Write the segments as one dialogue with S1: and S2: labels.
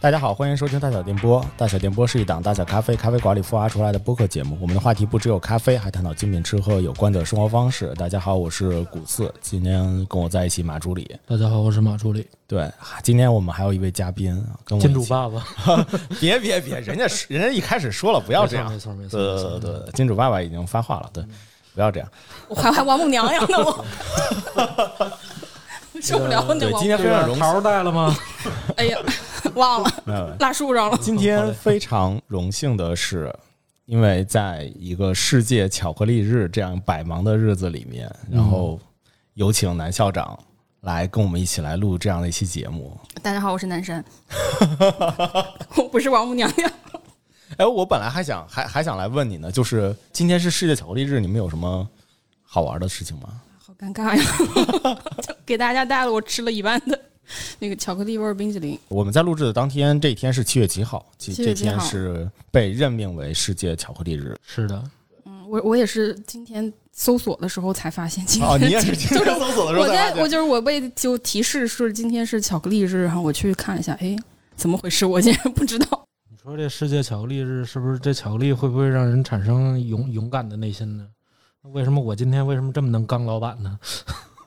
S1: 大家好，欢迎收听大小电波。大小电波是一档大小咖啡咖啡馆里孵化出来的播客节目。我们的话题不只有咖啡，还探讨精品吃喝有关的生活方式。大家好，我是古四，今天跟我在一起马助理。
S2: 大家好，我是马助理，
S1: 对，啊今天我们还有一位嘉宾啊跟我
S2: 金
S1: 一
S2: 主
S1: 起。
S2: 爸 爸。
S1: 别别别，人家是人家一开始说了不要这样，
S2: 没错没错没错
S1: 对对
S2: 嗯
S1: 对对，金主爸爸已经发话了，对，不要这样。
S3: 我还还王母娘娘呢，我 受不了那
S1: 对，
S3: 王
S1: 今
S3: 母，
S1: 天非常荣幸，
S2: 桃带了吗？
S3: 哎呀，忘了
S1: 没有没有
S3: 落树上 了。
S1: 今天非常荣幸的是，因为在一个世界巧克力日这样百忙的日子里面，然后有请南校长来跟我们一起来录这样的一期节目。
S3: 大家好，我是南山， 我不是王母娘娘。
S1: 哎，我本来还想还还想来问你呢，就是今天是世界巧克力日，你们有什么好玩的事情吗？
S3: 好尴尬呀！ 给大家带了我吃了一半的那个巧克力味儿冰淇淋。
S1: 我们在录制的当天，这一天是七月几号？这
S3: 7
S1: 这
S3: 月几
S1: 天
S3: 号
S1: 是被任命为世界巧克力 日。
S2: 是的，
S3: 嗯，我我也是今天搜索的时候才发现今天。
S1: 哦，你也是今天搜索的时候
S3: 我
S1: 才
S3: 在
S1: 发
S3: 我
S1: 现。
S3: 就是我被就提示是今天是巧克力日，然后我去看了一下，哎，怎么回事？我竟然不知道。
S2: 你说这世界巧克力日是不是这巧克力会不会让人产生勇勇敢的内心呢？那为什么我今天为什么这么能刚老板呢？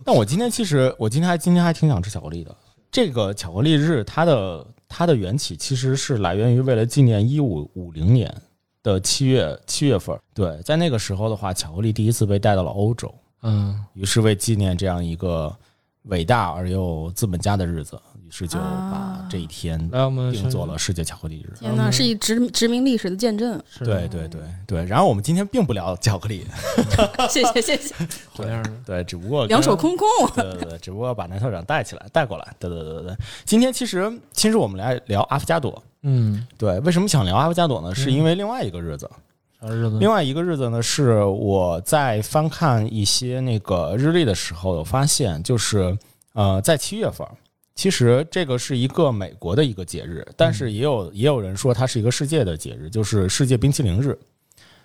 S1: 但我今天其实，我今天还今天还挺想吃巧克力的。这个巧克力日，它的它的缘起其实是来源于为了纪念一五五零年的七月七月份儿。对，在那个时候的话，巧克力第一次被带到了欧洲，
S2: 嗯，
S1: 于是为纪念这样一个伟大而又资本家的日子，于是就把
S3: 啊
S1: 这一天
S2: 来我们
S1: 定做了世界巧克力日。
S3: 天哪，是一殖殖民历史的见证。
S2: 是
S1: 对对对对，然后我们今天并不聊巧克力，
S3: 谢谢谢谢，
S2: 好样的，
S1: 对，只不过
S3: 两手空空。
S1: 对对对，只不过把南校长带起来，带过来。对对对对对。今天其实其实我们来聊阿夫加朵。
S2: 嗯，
S1: 对，为什么想聊阿夫加朵呢？是因为另外一个日子，
S2: 啥日子？
S1: 另外一个日子呢，是我在翻看一些那个日历的时候，有发现，就是呃，在七月份儿，其实这个是一个美国的一个节日，但是也有也有人说它是一个世界的节日，就是世界冰淇淋日。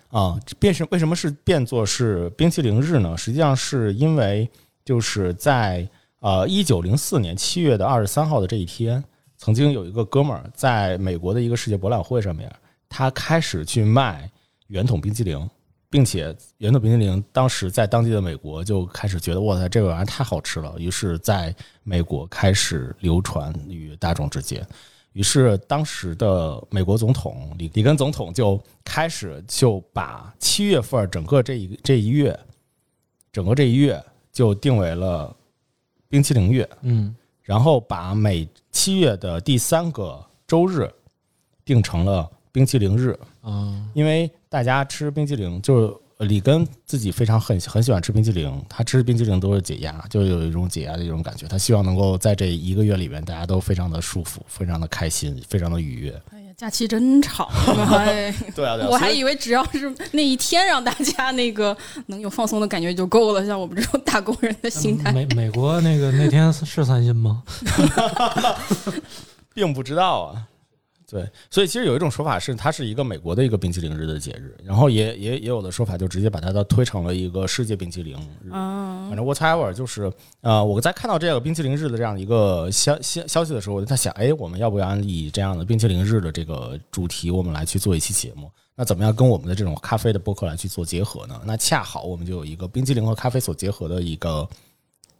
S1: 啊，这变是为什么是变作是冰淇淋日呢？实际上是因为就是在呃一九零四年七月的二十三号的这一天，曾经有一个哥们儿在美国的一个世界博览会上面，他开始去卖圆筒冰激凌，并且圆筒冰激凌当时在当地的美国就开始觉得哇塞，这个玩意儿太好吃了，于是在美国开始流传于大众之间。于是，当时的美国总统里里根总统就开始就把七月份儿整个这一这一月，整个这一月就定为了冰淇淋月。
S2: 嗯，
S1: 然后把每七月的第三个周日定成了冰淇淋日，
S2: 啊，
S1: 因为大家吃冰淇淋就是。呃里根自己非常很很喜欢吃冰淇淋，他吃冰淇淋都是解压，就有一种解压的一种感觉。他希望能够在这一个月里面，大家都非常的舒服，非常的开心，非常的愉悦。
S3: 哎呀，假期真 吵！哎，
S1: 对啊，对啊。
S3: 我还以为只要是那一天让大家那个能有放松的感觉就够了，像我们这种打工人的心
S1: 嗯
S3: 态。
S2: 美美国那个那天是三星吗？
S1: 并不知道啊。对，所以其实有一种说法是，它是一个美国的一个冰淇淋日的节日，然后也也也有的说法就直接把它的推成了一个世界冰淇淋日。
S3: 嗯
S1: 反正 whatever，就是呃，我在看到这个冰淇淋日的这样一个消消消息的时候，我就在想，哎，我们要不要以这样的冰淇淋日的这个主题，我们来去做一期节目？那怎么样跟我们的这种咖啡的播客来去做结合呢？那恰好我们就有一个冰淇淋和咖啡所结合的一个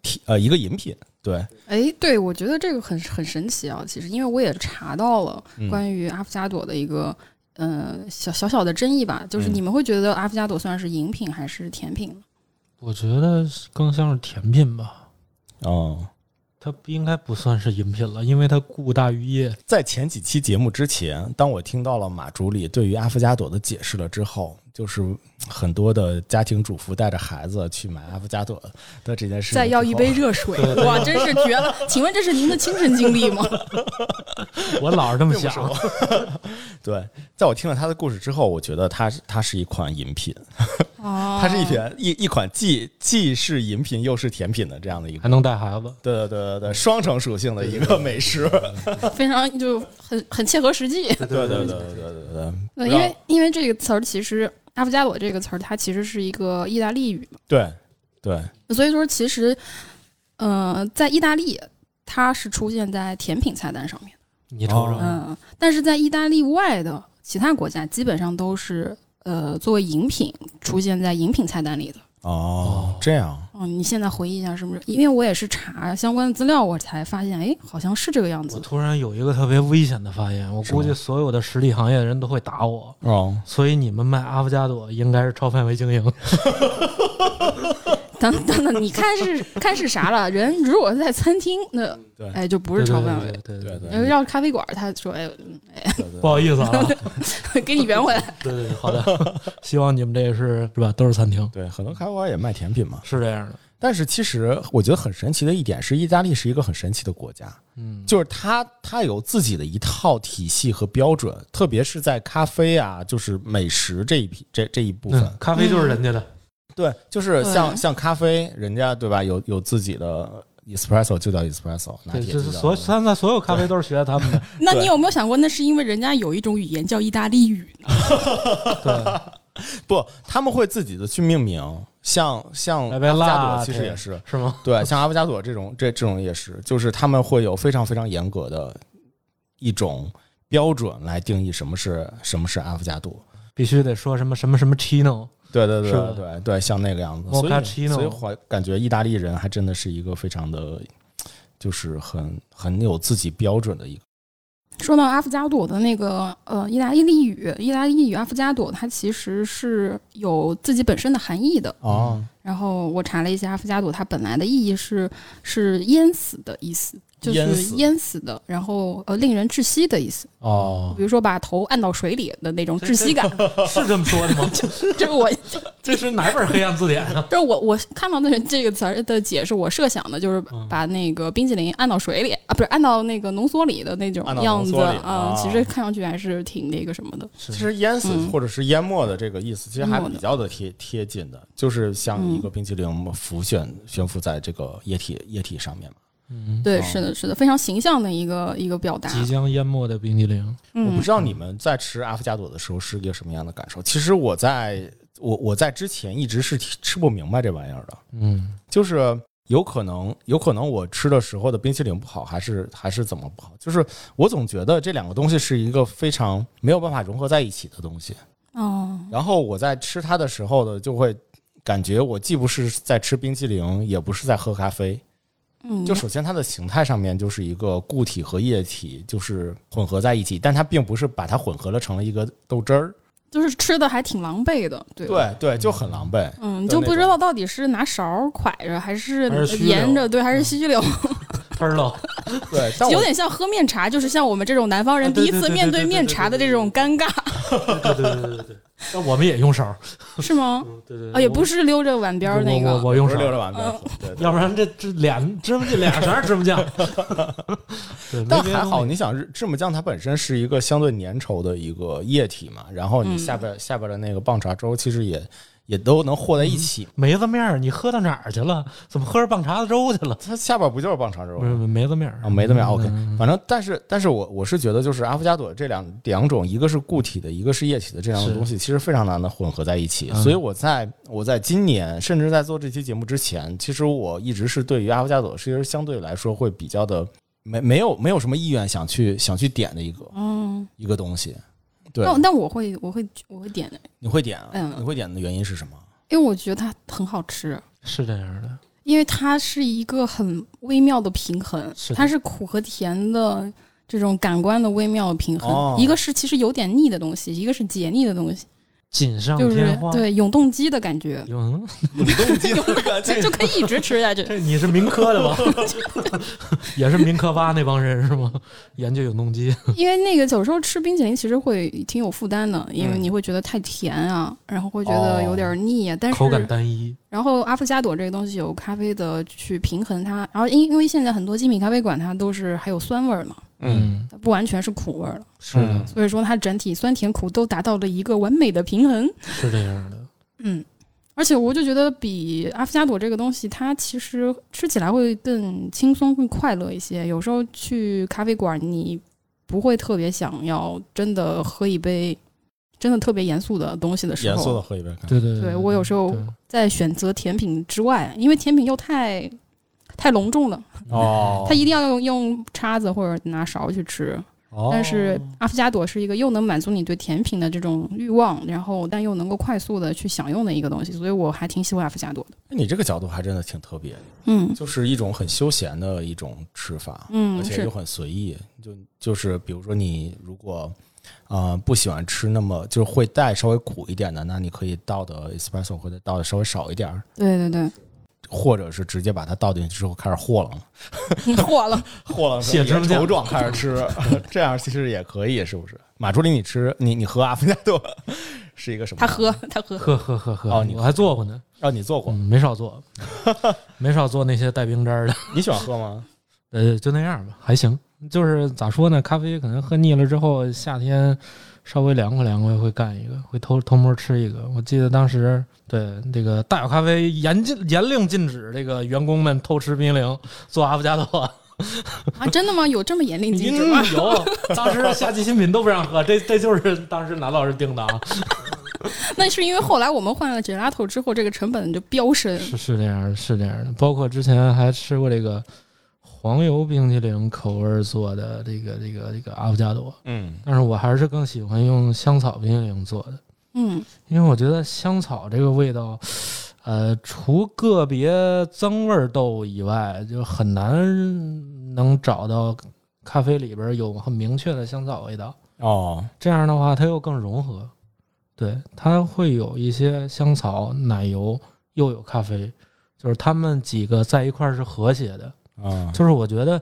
S1: 体呃一个饮品，对，
S3: 哎，对，我觉得这个很很神奇啊！其实，因为我也查到了
S1: 嗯
S3: 关于阿芙加朵的一个。呃，小小小的争议吧，就是
S1: 嗯
S3: 你们会觉得阿芙加朵算是饮品还是甜品？
S2: 我觉得更像是甜品吧，
S1: 哦、
S2: 它不应该不算是饮品了，因为它顾大于业。
S1: 在前几期节目之前，当我听到了马助理对于阿芙加朵的解释了之后，就是很多的家庭主妇带着孩子去买阿芙加朵的这件事情之后，
S3: 再要一杯热水，哇，真是绝了！请问这是您的亲身经历吗？
S2: 我老是这么
S1: 并不
S2: 想
S1: 是，对，在我听了他的故事之后，我觉得它是它是一款饮品，
S3: 哦，
S1: 它是一瓶一一款既既是饮品又是甜品的这样的一
S2: 还
S1: 个，
S2: 能带孩子。
S1: 对对对对对，双重属性的一个美食，
S3: 哦非常就很很切合实际。
S1: 对对对对对对对
S3: 对，因为因为这个词儿其实阿芙加朵这个词儿，它其实是一个意大利语嘛，
S1: 对对，
S3: 所以说其实，呃，在意大利它是出现在甜品菜单上面的。
S2: 你瞅瞅，
S1: 哦
S3: 嗯，但是在意大利外的其他国家，基本上都是呃作为饮品出现在饮品菜单里的。
S1: 哦，这样
S3: 嗯，你现在回忆一下是不是？因为我也是查相关的资料，我才发现，哎，好像是这个样
S2: 我
S3: 子。
S2: 突然有一个特别危险的发言，我
S1: 是
S2: 估
S1: 吗
S2: 计所有的实体行业的人都会打我。
S1: 哦，
S2: 所以你们卖阿布加朵应该是超范围经 营，
S3: 等等等，你 看是看是啥了？人如果是在餐厅，那
S1: 嗯对
S3: 哎就不是超范围。
S2: 对
S1: 对
S2: 对
S1: 对
S3: 哎要是咖啡馆，他说哎，
S2: 不好意思 啊，
S3: 给你圆回来。
S2: 对对对，好的， 希望你们这是是吧，都是餐厅，
S1: 对，很多咖啡馆也卖甜品嘛。
S2: 是这样的，
S1: 但是其实我觉得很神奇的一点是，意大利是一个很神奇的国家，
S2: 嗯，
S1: 就是它它有自己的一套体系和标准，特别是在咖啡啊，就是美食这一批这这一部分，
S2: 嗯咖啡就是人家的，
S1: 对，就是像
S3: 对
S1: 像咖啡，人家对吧，有有自己的 espresso 就叫 espresso，拿
S2: 对，
S1: 铁
S2: 就是
S1: 就
S2: 所
S1: 叫。
S2: 现在所有咖啡都是学他 们的，
S3: 那你有没有想过，那是因为人家有一种语言叫意大利语呢？
S2: 对，
S1: 不，他们会自己的去命名，像像
S2: 来
S1: 阿
S2: 杯
S1: 布加
S2: 辣
S1: 朵其实
S2: 的
S1: 也是，
S2: 是吗？
S1: 对，像阿布加朵这种这这种也是，就是他们会有非常非常严格的一种标准来定义什么是什么是阿布加朵。
S2: 必须得说什么什么什么 chino，
S1: 对对对
S2: 是吧
S1: 对对对，像那个样子。所以
S2: Mochaccino
S1: 所以怀感觉意大利人还真的是一个非常的，就是很很有自己标准的一个。
S3: 说到阿夫加朵的那个呃意大利语，意大利语阿夫加朵它其实是有自己本身的含义的。
S1: 哦
S3: 然后我查了一下，阿夫加朵它本来的意义是是淹死的意思，就
S1: 淹
S3: 是
S1: 死
S3: 淹死的，然后呃令人窒息的意思，
S2: 嗯
S1: 哦
S3: 比如说把头按到水里的那种窒息感。
S2: 是这么说的吗？
S3: 这是我
S2: 这是哪本黑暗字典啊？
S3: 这是我我看到的这个词儿的解释，我设想的就是把那个冰淇淋按到水里啊，不是按到那个浓缩里的那种
S1: 按到
S3: 样
S1: 浓
S3: 子
S1: 缩里
S3: 啊
S1: 啊，
S3: 其实看上去还是挺那个什么的。
S1: 其实淹死
S3: 嗯
S1: 或者是淹没的这个意思，其实还
S3: 淹没
S1: 比
S3: 的
S1: 较的贴贴近的，就是像一
S3: 嗯
S1: 个冰淇淋浮悬悬浮在这个液体液体上面嘛。
S2: 嗯，
S3: 对，
S1: 哦
S3: 是的，是的，非常形象的一个一个表达。
S2: 即将淹没的冰激凌，
S1: 我不
S3: 嗯
S1: 知道你们在吃阿芙加朵的时候是一个什么样的感受。其实我在我我在之前一直是吃不明白这玩意儿的，
S2: 嗯，
S1: 就是有可能有可能我吃的时候的冰淇淋不好，还是还是怎么不好？就是我总觉得这两个东西是一个非常没有办法融合在一起的东西。
S3: 哦，
S1: 然后我在吃它的时候呢，就会感觉我既不是在吃冰淇淋，也不是在喝咖啡。
S3: 嗯，
S1: 就首先它的形态上面就是一个固体和液体就是混合在一起，但它并不是把它混合了成了一个豆汁儿。
S3: 就是吃的还挺狼狈的，对吧
S1: 对对，就很狼狈。
S3: 嗯，你
S1: 的
S3: 就
S1: 那
S3: 不知
S1: 种
S3: 道到底是拿勺儿蒯着，还是
S2: 还是吸
S3: 沿
S2: 溜
S3: 着，对，还是吸溜，
S2: 喷儿喽，
S1: 对，但我
S3: 有点像喝面茶，就是像我们这种南方人
S2: 啊
S3: 第
S2: 对
S3: 一次
S2: 对对
S3: 面
S2: 对对
S3: 面
S2: 对
S3: 茶的
S2: 对
S3: 这种尴尬，
S2: 对对对对对，那我们也用勺，
S3: 是 吗？
S2: 嗯对对
S3: 啊，也不是溜着碗边儿那
S2: 我我
S3: 个，
S2: 我用
S1: 不是
S2: 勺，
S1: 溜着碗边
S3: 嗯
S1: 喝。对对
S2: 要不然这这脸芝麻酱脸上芝麻 酱，对，没
S1: 但
S2: 别
S1: 还
S2: 的
S1: 好，
S2: 东西
S1: 你想日芝麻酱它本身是一个相对粘稠的一个液体嘛，然后你下
S3: 嗯
S1: 边、下边的那个棒碴粥其实也也都能和在一起，
S3: 嗯
S2: 梅子面儿你喝到哪儿去了？怎么喝着棒碴子粥去了？
S1: 它下边不就是棒碴粥
S2: 不是
S1: 吗？
S2: 梅子面儿
S1: 啊，没怎么样，OK
S2: 嗯。
S1: 反正，但是，但是我我是觉得，就是阿芙加朵这两两种，一个是固体的，一个是液体的，这两种
S2: 是
S1: 东西其实非常难的混合在一起。
S2: 嗯
S1: 所以我在我在今年，甚至在做这期节目之前，其实我一直是对于阿芙加朵，其实相对来说会比较的没没有没有什么意愿想去想去点的一个
S3: 嗯，
S1: 一个东西。对，
S3: 但哦但我会我会我会点的，
S1: 你会点啊？
S3: 嗯
S1: 你会点的原因是 什么？
S3: 因为我觉得它很好吃。
S2: 是这样的，
S3: 因为它是一个很微妙的平衡，
S2: 是的
S3: 它是苦和甜的这种感官的微妙的平衡。
S1: 哦
S3: 一个是其实有点腻的东西，一个是解腻的东西，
S2: 锦上
S3: 就是
S2: 添花。
S3: 对永动机的感觉，
S2: 嗯，
S1: 永动机的感
S3: 就可以一直 吃下去。
S2: 这你是民科的吧？ 也是民科吧那帮人是吗？研究永动机，
S3: 因为那个有时候吃冰淇淋其实会挺有负担的，因为
S1: 嗯
S3: 你会觉得太甜啊，然后会觉得有点腻啊。但是
S2: 哦口感单一，
S3: 然后阿芙加朵这个东西有咖啡的去平衡它，然后因因为现在很多精品咖啡馆它都是还有酸味儿嘛，
S1: 嗯，，
S3: 它不完全是苦味儿了。
S2: 是的
S1: 嗯，
S3: 所以说它整体酸甜苦都达到了一个完美的平衡。
S2: 是这样的。
S3: 嗯，而且我就觉得比阿芙加朵这个东西，它其实吃起来会更轻松、更快乐一些。有时候去咖啡馆，你不会特别想要真的喝一杯真的特别严肃的东西的时 候，
S1: 严肃的喝一杯咖啡。
S2: 对对
S3: 对我有时候在选择甜品之外，因为甜品又太太隆重了，
S1: 哦
S3: 它一定要用用叉子或者拿勺去吃。
S2: 哦
S3: 但是阿芙加朵是一个又能满足你对甜品的这种欲望，然后但又能够快速的去享用的一个东西，所以我还挺喜欢阿芙加朵的。
S1: 哎你这个角度还真的挺特别的，
S3: 嗯
S1: 就是一种很休闲的一种吃法，而
S3: 嗯，
S1: 且
S3: 是
S1: 又很随意。就就是比如说你如果呃不喜欢吃那么就是会带稍微苦一点的，那你可以倒的 espresso 或者倒的稍微少一点儿，
S3: 对对对，
S1: 或者是直接把它倒进去之后开始和了嘛，
S3: 你火了。
S1: 和了
S2: 血
S1: 成
S2: 汁酱
S1: 稠状开始吃， 这样其实也可以，是不是？马助理，你吃你你喝阿芙加朵是一个什么？
S3: 他喝，他喝，
S2: 喝喝喝喝，
S1: 哦你
S2: 我还做过呢，
S1: 哦，你做过
S2: 嗯，？没少做， 没少做那些带冰渣儿的，
S1: 你喜欢喝吗？
S2: 呃，就那样吧，还行。就是咋说呢，咖啡可能喝腻了之后，夏天稍微凉快凉快会干一个，会偷偷摸吃一个。我记得当时对这个大小咖啡严禁严令禁止这个员工们偷吃冰凌，做阿芙加朵。
S3: 啊，真的吗？有这么严令禁止吗
S2: 嗯？有，当时夏季新品都不让喝，这这就是当时南老师定的啊，
S3: 那是因为后来我们换了 gelato 之后，这个成本就飙升。
S2: 是是这样的，是这样的。包括之前还吃过这个黄油冰淇淋口味儿做的这个这个这个阿芙加朵，
S1: 嗯，
S2: 但是我还是更喜欢用香草冰淇淋做的，
S3: 嗯，
S2: 因为我觉得香草这个味道。呃，除个别增味儿豆以外，就很难能找到咖啡里边儿有很明确的香草味道。
S1: 哦，
S2: 这样的话它又更融合，对，它会有一些香草、奶油，又有咖啡，就是它们几个在一块儿是和谐的。
S1: 啊，
S2: 就是我觉得，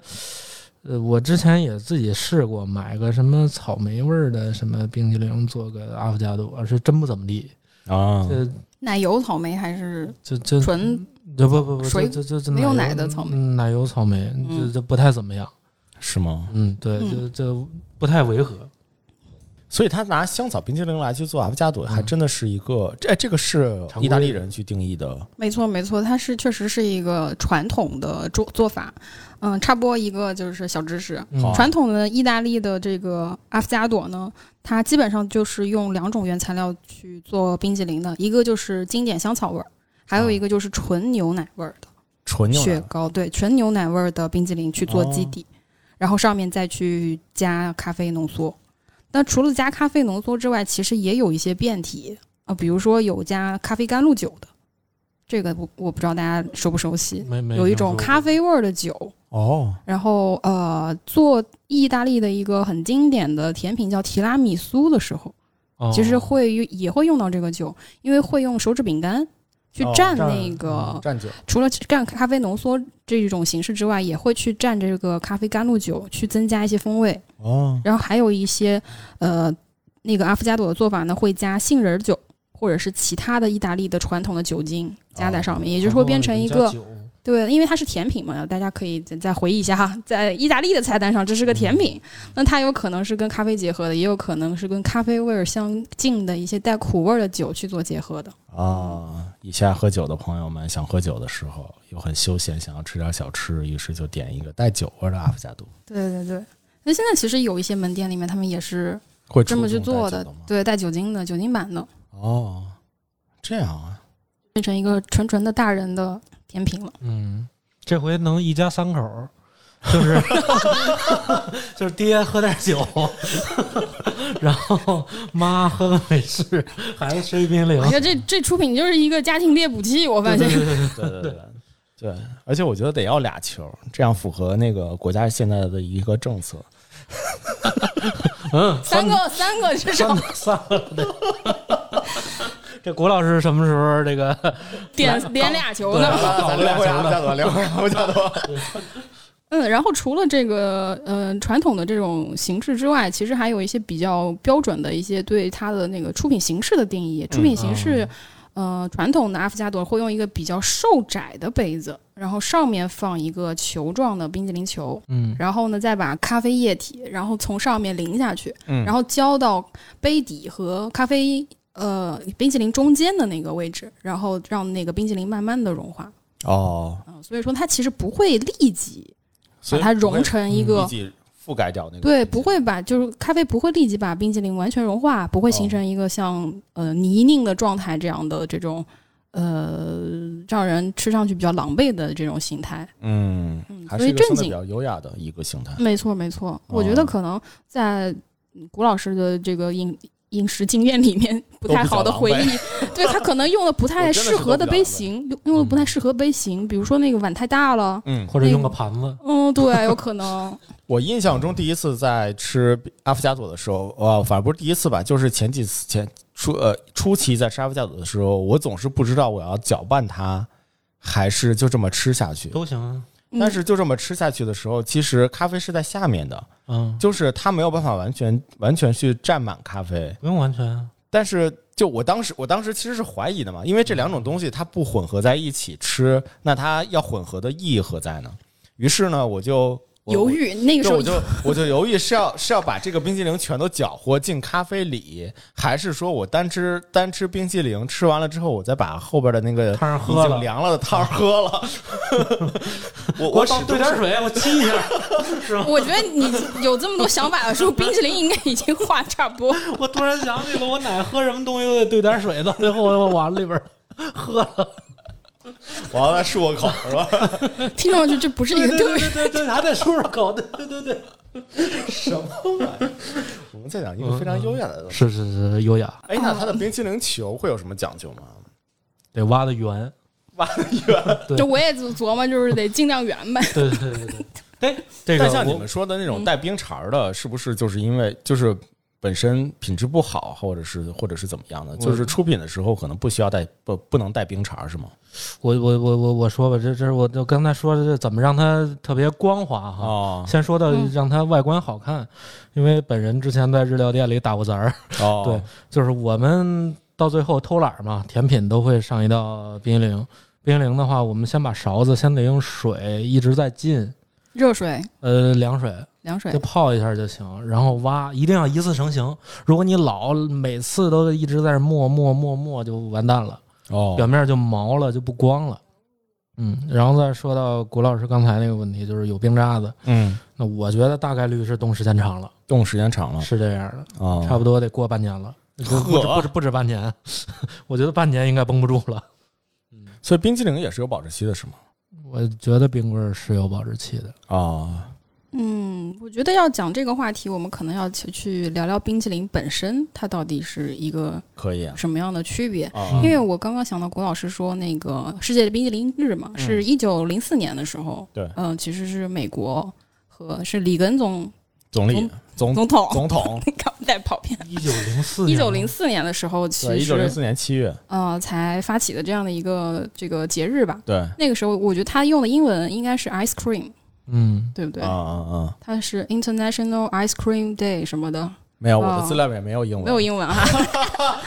S2: 呃，我之前也自己试过买个什么草莓味儿的什么冰淇淋，做个阿芙加朵，是真不怎么地。
S1: 啊，
S2: 这
S3: 奶油草莓还是
S2: 这这
S3: 纯
S2: 这嗯不不不，
S3: 水
S2: 这这这这
S3: 没有
S2: 奶
S3: 奶的草莓
S2: 嗯奶油草莓，
S3: 嗯
S2: 这这不太怎么样。
S1: 是吗？
S2: 嗯，对，这
S3: 嗯
S2: 这不太违和。
S1: 所以他拿香草冰淇淋来去做阿芙加朵，还
S2: 嗯
S1: 真的是一个这这个是
S2: 常规
S1: 意大利人去定义的
S3: 没错，没错，它是确实是一个传统的做做法。嗯，插播一个就是小知识，
S2: 嗯
S1: 好
S3: 传统的意大利的这个阿芙加朵呢，它基本上就是用两种原材料去做冰激凌的，一个就是经典香草味儿，还有一个就是纯牛奶味儿
S2: 哦
S3: 的
S1: 纯牛
S3: 雪
S1: 奶
S3: 糕，对，纯牛奶味儿的冰激凌去做基
S2: 哦
S3: 底，然后上面再去加咖啡浓缩。那除了加咖啡浓缩之外，其实也有一些变体啊、比如说有加咖啡甘露酒的，这个不我不知道大家熟不熟悉，
S2: 没没
S3: 有一
S2: 听
S3: 种
S2: 说过
S3: 咖啡味儿的酒。
S1: 哦，
S3: 然后呃，做意大利的一个很经典的甜品叫提拉米苏的时候，
S2: 哦
S3: 其实会用也会用到这个酒，因为会用手指饼干去
S1: 哦
S3: 蘸
S1: 蘸
S3: 那个，
S1: 蘸酒
S3: 除了蘸咖啡浓缩这种形式之外，也会去蘸这个咖啡甘露酒，去增加一些风味。
S1: 哦，
S3: 然后还有一些呃，那个阿芙加朵的做法呢，会加杏仁酒。或者是其他的意大利的传统的酒精加
S1: 哦
S3: 在上面，也就是会变成一个
S2: 然后里面加酒
S3: 对，因为它是甜品嘛，大家可以再再回忆一下哈，在意大利的菜单上，这是个甜品，那它有可能是跟咖啡结合的，也有可能是跟咖啡味儿相近的一些带苦味儿的酒去做结合的。
S1: 啊！以下喝酒的朋友们，想喝酒的时候又很休闲，想要吃点小吃，于是就点一个带酒味的阿芙加朵，
S3: 对对对。那现在其实有一些门店里面，他们也是
S1: 会
S3: 这么去做
S1: 的
S3: 的，
S1: 吗？
S3: 对，带酒精的酒精版的，
S1: 哦，这样啊，
S3: 变成一个纯纯的大人的甜品了。
S2: 嗯，这回能一家三口儿，就是就是爹喝点酒， 然后妈喝个美式，孩子吃一冰凌
S3: 我。觉得这这出品就是一个家庭猎捕器，我发
S2: 对
S3: 现
S2: 对对对对，
S1: 对对对。对，而且我觉得得要俩球，这样符合那个国家现在的一个政策。
S2: 嗯，
S3: 三个三个至少
S2: 三三个对。 这谷老师什么时候这个
S3: 点
S2: 来
S3: 点俩球呢。
S2: 搞了俩球呢？
S1: 朵，聊回阿芙加朵。
S3: 嗯，然后除了这个呃传统的这种形式之外，其实还有一些比较标准的一些对它的那个出品形式的定义。出品形式，呃，传统的阿芙加朵会用一个比较瘦窄的杯子，然后上面放一个球状的冰激凌球，
S2: 嗯，
S3: 然后呢再把咖啡液体，然后从上面淋下去，
S1: 嗯
S3: 然后浇到杯底和咖啡呃冰激凌中间的那个位置，然后让那个冰激凌慢慢的融化。
S1: 哦，
S3: 嗯、所以说它其实不会立即把它融成一个
S1: 自己覆盖掉那个
S3: 对，不会把就是咖啡不会立即把冰激凌完全融化，
S1: 哦
S3: 不会形成一个像、呃泥泞的状态这样的这种呃让人吃上去比较狼狈的这种形态。
S1: 嗯，
S3: 嗯，
S1: 还
S3: 所
S1: 是
S3: 以
S1: 一个
S3: 正
S1: 相对比哦
S3: 经
S1: 较优雅的一个形态。
S3: 没错，没错。我觉得可能在嗯古老师的这个饮饮食经验里面，不
S1: 都
S3: 太
S1: 比较
S3: 好的
S1: 狼
S3: 回
S1: 狈
S3: 忆， 对他可能用的不太
S1: 我真的
S3: 适
S1: 是
S3: 合
S1: 都
S3: 的
S1: 比较
S3: 杯
S1: 狼狈
S3: 型，用用的不太适合杯型，比如说那个碗太大了。
S1: 嗯，
S2: 或者用个盘子，
S3: 嗯，对，有可能。
S1: 我印象中第一次在吃阿芙加朵的时候，呃，反正不是第一次吧，就是前几次前初呃初期在吃阿芙加朵的时候，我总是不知道我要搅拌它，还是就这么吃下去。
S2: 都行啊。
S3: 嗯
S1: 但是就这么吃下去的时候，其实咖啡是在下面的，
S2: 嗯，
S1: 就是它没有办法完全完全去占满咖啡。
S2: 不用完全啊。
S1: 但是就我当时，我当时其实是怀疑的嘛，因为这两种东西它不混合在一起吃，那它要混合的意义何在呢？于是呢，我就我
S3: 犹豫，那个
S1: 对，
S3: 时候
S1: 我就我就犹豫是要是要把这个冰激凌全都搅和进咖啡里，还是说我单吃单吃冰激凌，吃完了之后我再把后边的那个
S2: 汤儿
S1: 已
S2: 喝
S1: 经
S2: 了，
S1: 凉了的 汤儿喝了？我
S2: 我
S1: 始
S2: 倒
S1: 终
S2: 兑点水，我沏一下。
S3: 我觉得你有这么多想法的时候，冰淇淋应该已经化差不多。
S2: 我突然想起了，我奶喝什么东西都得兑点水，到最后我碗里边儿喝了。
S1: 是我要再漱个口是吧？
S3: 听上去这不是一个特别
S2: 对对对，还得漱漱口。对对对，
S1: 什么玩意儿？嗯我们在讲一个非常优雅的东西。
S2: 是是是，优雅，
S1: 哎，那它的冰淇淋球会有什么讲究吗？
S2: 得挖的圆。
S1: 挖的远，
S2: 对
S3: 就我也琢磨，就是得尽量圆呗。
S2: 对对对对对。哎，这个
S1: 但像你
S2: 我
S1: 们说的那种
S3: 嗯
S1: 带冰碴儿的，是不是就是因为就是本身品质不好，或者是或者是怎么样的？就是出品的时候可能不需要带不不能带冰碴儿是吗？
S2: 我我我我我说吧，这这是我就刚才说的，这怎么让它特别光滑
S3: 啊
S2: 哈？
S1: 哦
S2: 先说到
S3: 嗯
S2: 让它外观好看，因为本人之前在日料店里打过杂儿，
S1: 哦，
S2: 对，就是我们到最后偷懒儿嘛，甜品都会上一道冰激凌。冰激凌的话，我们先把勺子先得用水一直在浸，
S3: 热水、
S2: 呃，凉水
S3: 凉水
S2: 就，泡一下就行，然后挖，一定要一次成型。如果你老每次都一直在这磨磨磨磨，就完蛋了。表
S1: 哦，
S2: 面就毛了，就不光了。嗯，然后再说到古老师刚才那个问题，就是有冰渣子，
S1: 嗯，
S2: 那我觉得大概率是冻时间长了，
S1: 冻时间长了
S2: 是这样的，
S1: 啊，
S2: 差不多得过半年了，不止不止
S1: 呵
S2: 不止不止半年，我觉得半年应该绷不住了。
S1: 所以冰激凌也是有保质期的是吗？
S2: 我觉得冰棍儿是有保质期的，
S1: 啊，
S3: 嗯，我觉得要讲这个话题，我们可能要去去聊聊冰淇淋本身，它到底是一个
S1: 可以啊，
S3: 什么样的区别。
S2: 哦嗯
S1: 啊
S3: 因为我刚刚想到谷老师说那个世界冰淇淋日嘛，是一九零四年的时候，
S1: 对
S3: 嗯、其实是美国和是里根总
S1: 总理总
S3: 总统，
S1: 总统，
S3: 搞不带跑偏。
S2: 一九零四，
S3: 一九零，四年的时候，
S1: 对，
S3: 其
S1: 一九零
S3: 实
S1: 四年七月，
S3: 呃才发起的这样的一个这个节日吧。
S1: 对，
S3: 那个时候，我觉得他用的英文应该是 ice cream，
S2: 嗯，
S3: 对不对
S1: 啊？啊啊，
S3: 它是 International Ice Cream Day 什么的，
S1: 没有，我的
S3: 哦
S1: 资料里面没有英文，
S3: 没有 英文哈。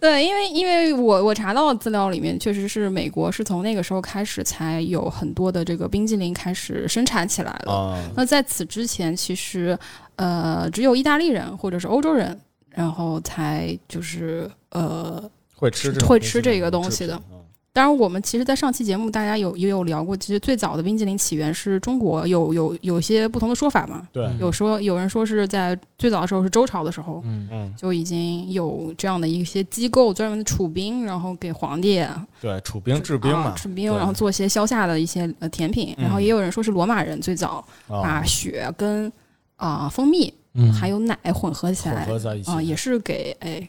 S3: 对，因为因为我我查到资料里面，确实是美国是从那个时候开始才有很多的这个冰激凌开始生产起来了。
S1: 啊，
S3: 那在此之前，其实呃只有意大利人或者是欧洲人，然后才就是呃
S1: 会吃这种
S3: 会
S1: 冰
S3: 吃
S1: 激凌
S3: 这个东
S1: 制
S3: 西
S1: 品
S3: 的，当然，我们其实，在上期节目，大家有也有聊过，其实最早的冰激凌起源是中国，有有有些不同的说法嘛。
S1: 对，
S2: 嗯
S3: 有说有人说是在最早的时候是周朝的时候，
S2: 嗯，
S1: 嗯，
S3: 就已经有这样的一些机构专门储冰，然后给皇帝
S1: 对，储兵制兵嘛
S3: 啊，制冰，
S1: 对
S3: 然后做些消夏的一些呃甜品。
S1: 嗯
S3: 然后也有人说是罗马人最早
S1: 啊
S3: 把，雪跟啊、蜂蜜
S2: 嗯，
S3: 还有奶混合起
S1: 混
S3: 来
S1: 合在一起
S3: 啊、也是给哎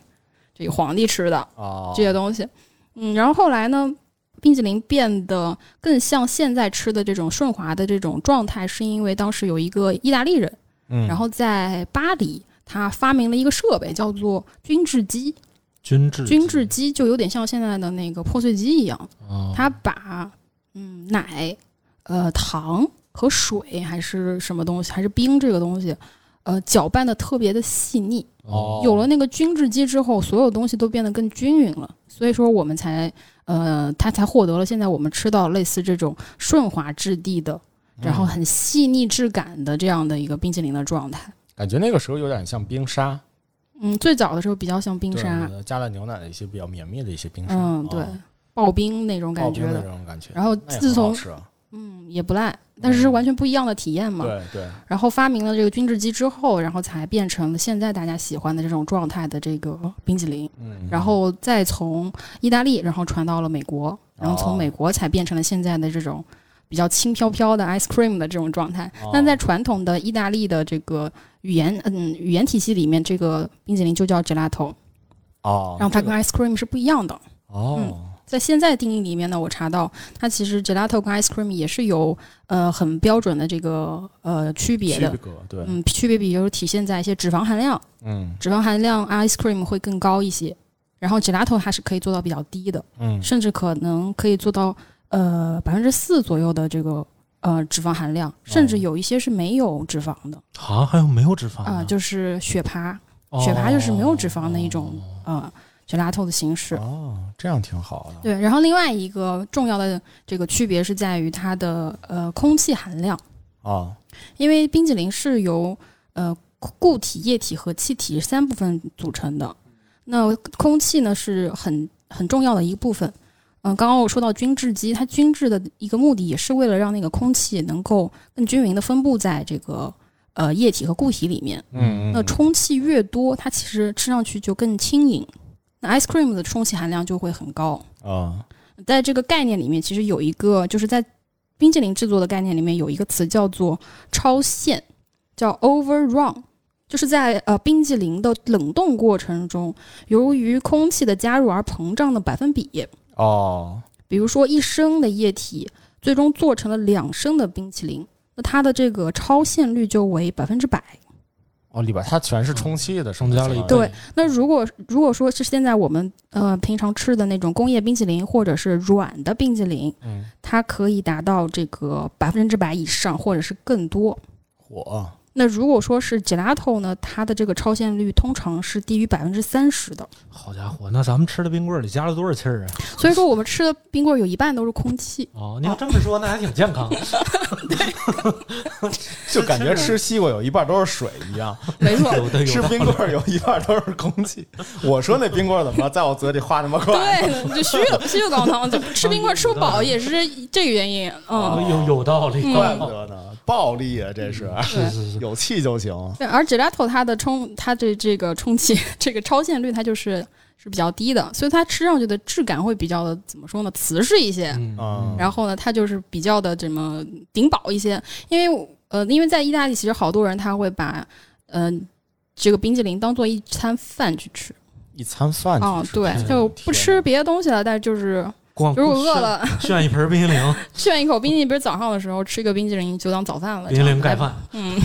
S3: 这个皇帝吃的。
S1: 啊，
S3: 这些东西。嗯，然后后来呢，冰淇淋变得更像现在吃的这种顺滑的这种状态，是因为当时有一个意大利人，
S1: 嗯，
S3: 然后在巴黎。他发明了一个设备，叫做均质机。
S2: 均质
S3: 均质机就有点像现在的那个破碎机一样，
S2: 啊，
S3: 它把嗯奶、呃糖和水还是什么东西，还是冰这个东西，呃搅拌的特别的细腻。
S1: 哦
S3: 有了那个均质机之后，所有东西都变得更均匀了，所以说我们才呃，它才获得了现在我们吃到类似这种顺滑质地的，
S1: 嗯
S3: 然后很细腻质感的这样的一个冰淇淋的状态。
S1: 感觉那个时候有点像冰沙，
S3: 嗯，最早的时候比较像冰沙，
S1: 对，加了牛奶的一些比较绵密的一些冰沙，
S3: 嗯，对
S1: 啊，
S3: 刨冰那种
S1: 刨
S3: 感
S1: 冰
S3: 觉
S1: 的
S3: 的
S1: 这。种感觉。
S3: 然后
S1: 那也
S3: 自
S1: 很好
S3: 从
S1: 吃啊
S3: 嗯，也不赖，但是是完全不一样的体验嘛。
S1: 对对，
S3: 然后发明了这个均质机之后，然后才变成了现在大家喜欢的这种状态的这个冰淇淋，
S1: 嗯，
S3: 然后再从意大利，然后传到了美国，然后
S1: 哦
S3: 从美国才变成了现在的这种比较轻飘飘的 ice cream 的这种状态
S1: 哦。
S3: 但在传统的意大利的这个语言，嗯，语言体系里面，这个冰淇淋就叫 gelato，
S1: 哦，
S3: 然后嗯它
S1: 这个
S3: 跟 ice cream 是不一样的。
S1: 哦，
S3: 在现在定义里面呢，我查到它其实 gelato 跟 ice cream 也是有呃很标准的这个呃区别
S1: 区
S3: 的，
S1: 隔对，
S3: 嗯，区别比如体现在一些脂肪含量，
S1: 嗯
S3: 脂肪含量 ice cream 会更高一些，然后 gelato 它是可以做到比较低的，
S1: 嗯
S3: 甚至可能可以做到呃百分之四左右的这个呃脂肪含量，甚至有一些是没有脂肪的
S2: 啊，还有没有脂肪
S3: 啊、
S2: 呢
S3: 就是雪扒，
S2: 哦
S3: 雪扒就是没有脂肪的一种呃 gelato 的形式。
S1: 哦，这样挺好的，
S3: 对，然后另外一个重要的这个区别是在于它的呃空气含量，
S1: 哦
S3: 因为冰淇淋是由呃固体、液体和气体三部分组成的。那空气呢是很很重要的一部分。嗯、刚刚我说到均质机，它均质的一个目的也是为了让那个空气能够更均匀的分布在这个呃液体和固体里面。
S1: 嗯，
S3: 那充气越多，它其实吃上去就更轻盈。那 ice cream 的充气含量就会很高。
S1: 啊
S3: 在这个概念里面，其实有一个就是在冰淇淋制作的概念里面有一个词叫做超限，叫 overrun，就是在呃冰淇淋的冷冻过程中，由于空气的加入而膨胀的百分比。
S1: 哦
S3: 比如说一升的液体，最终做成了两升的冰淇淋，那它的这个超限率就为百分之百。
S1: 哦，里边它全是充气的，
S2: 增加了一
S3: 嗯对
S2: 倍
S3: 那如果如果说是现在我们呃平常吃的那种工业冰淇淋或者是软的冰淇淋，
S1: 嗯，
S3: 它可以达到这个百分之百以上或者是更多。
S1: 火
S3: 那如果说是 gelato 呢，它的这个超限率通常是低于百分之三十的。
S2: 好家伙，那咱们吃的冰棍儿里加了多少气儿啊？
S3: 所以说我们吃的冰棍儿有一半都是空气。
S2: 哦，你要这么说，那还挺健 康。
S1: 就感觉吃西瓜有一半都是水一样，
S3: 没 错
S2: 有的有
S1: 吃
S2: 的，
S1: 冰棍儿有一半都是空气。我说那冰棍儿怎么了在我嘴里化那么快？
S3: 对，就虚有虚有高堂，就吃冰棍儿吃不饱也是这个原因。嗯，
S2: 有有道理，
S3: 嗯
S1: 怪不得呢，暴力啊，这是
S2: 是是是，
S1: 有气就行。
S3: 对，而 gelato 它的充它的这个充气这个超限率它就是是比较低的，所以它吃上去的质感会比较的怎么说呢，瓷实一些。
S2: 嗯
S1: 嗯
S3: 然后呢，它就是比较的怎么顶饱一些，因为呃，因为在意大利其实好多人他会把嗯、这个冰淇淋当做一餐饭去吃。
S1: 一餐饭嗯
S3: 哦，对
S2: 天，
S3: 就不吃别的东西了，但是就是
S2: 光
S3: 如果饿了，
S2: 炫一盆冰 淇淋，
S3: 炫一口冰淇淋，比如早上的时候吃个冰淇淋就当早饭了。
S2: 冰淇淋盖饭。
S3: 嗯，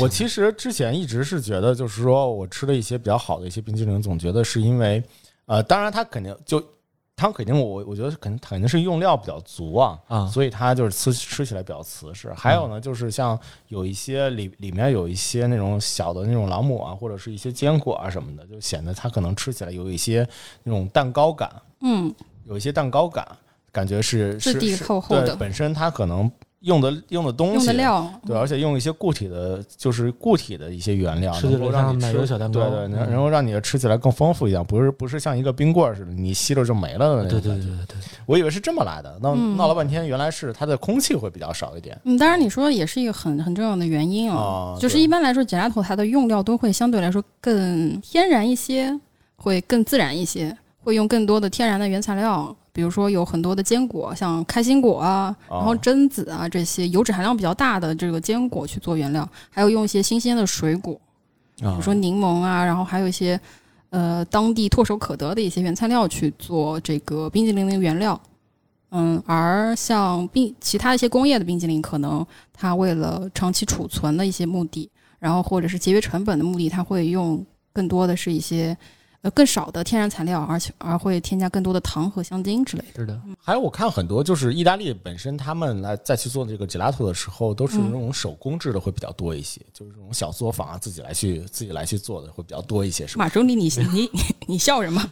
S1: 我其实之前一直是觉得，就是说我吃了一些比较好的一些冰淇淋，总觉得是因为，呃，当然它肯定就，它肯定我我觉得肯定肯定是用料比较足啊，
S2: 啊嗯
S1: 所以它就是吃吃起来比较瓷实。还有呢，就是像有一些里里面有一些那种小的那种朗姆啊，或者是一些坚果啊什么的，就显得它可能吃起来有一些那种蛋糕感，
S3: 嗯，
S1: 有一些蛋糕感，感觉是
S3: 质
S1: 是
S3: 地
S1: 是
S3: 厚厚
S1: 对
S3: 的
S1: 本身它可能用的用的东
S3: 用
S1: 西
S3: 的料，嗯
S1: 对，而且用一些固体的，就是固体的一些原料，
S2: 吃起
S1: 能
S2: 来
S1: 够让
S2: 像
S1: 你
S2: 奶
S1: 吃
S2: 油小蛋糕
S1: 对对，能
S2: 嗯
S1: 能够让你吃起来更丰富一点，不是不是像一个冰棍儿似的，你吸了就没了的那
S2: 对
S1: 种。
S2: 对对对对，
S1: 我以为是这么来的，闹
S3: 嗯
S1: 闹了半天，原来是它的空气会比较少一点。
S3: 嗯，当然你说也是一个很很重要的原因
S1: 啊
S3: 就是
S1: 对
S3: 一般来说，解压头它的用料都会相对来说更天然一些，会更自然一些，会用更多的天然的原材料，比如说有很多的坚果，像开心果啊，
S1: 啊
S3: 然后榛子啊这些油脂含量比较大的这个坚果去做原料，还有用一些新鲜的水果，比
S1: 啊
S3: 如说柠檬啊，然后还有一些呃当地唾手可得的一些原材料去做这个冰淇淋的原料。嗯，而像冰其他一些工业的冰淇淋，可能它为了长期储存的一些目的，然后或者是节约成本的目的，它会用更多的是一些呃更少的天然材料，而且而会添加更多的糖和香精之类的。
S2: 是的，
S1: 还有我看很多就是意大利本身他们来再去做这个 gelato 的时候，都是
S3: 嗯
S1: 那种手工制的会比较多一些，就是这种小作坊啊，自己来去 自己来去做的会比较多一些，是吧？
S3: 马中立，你你你你笑什么？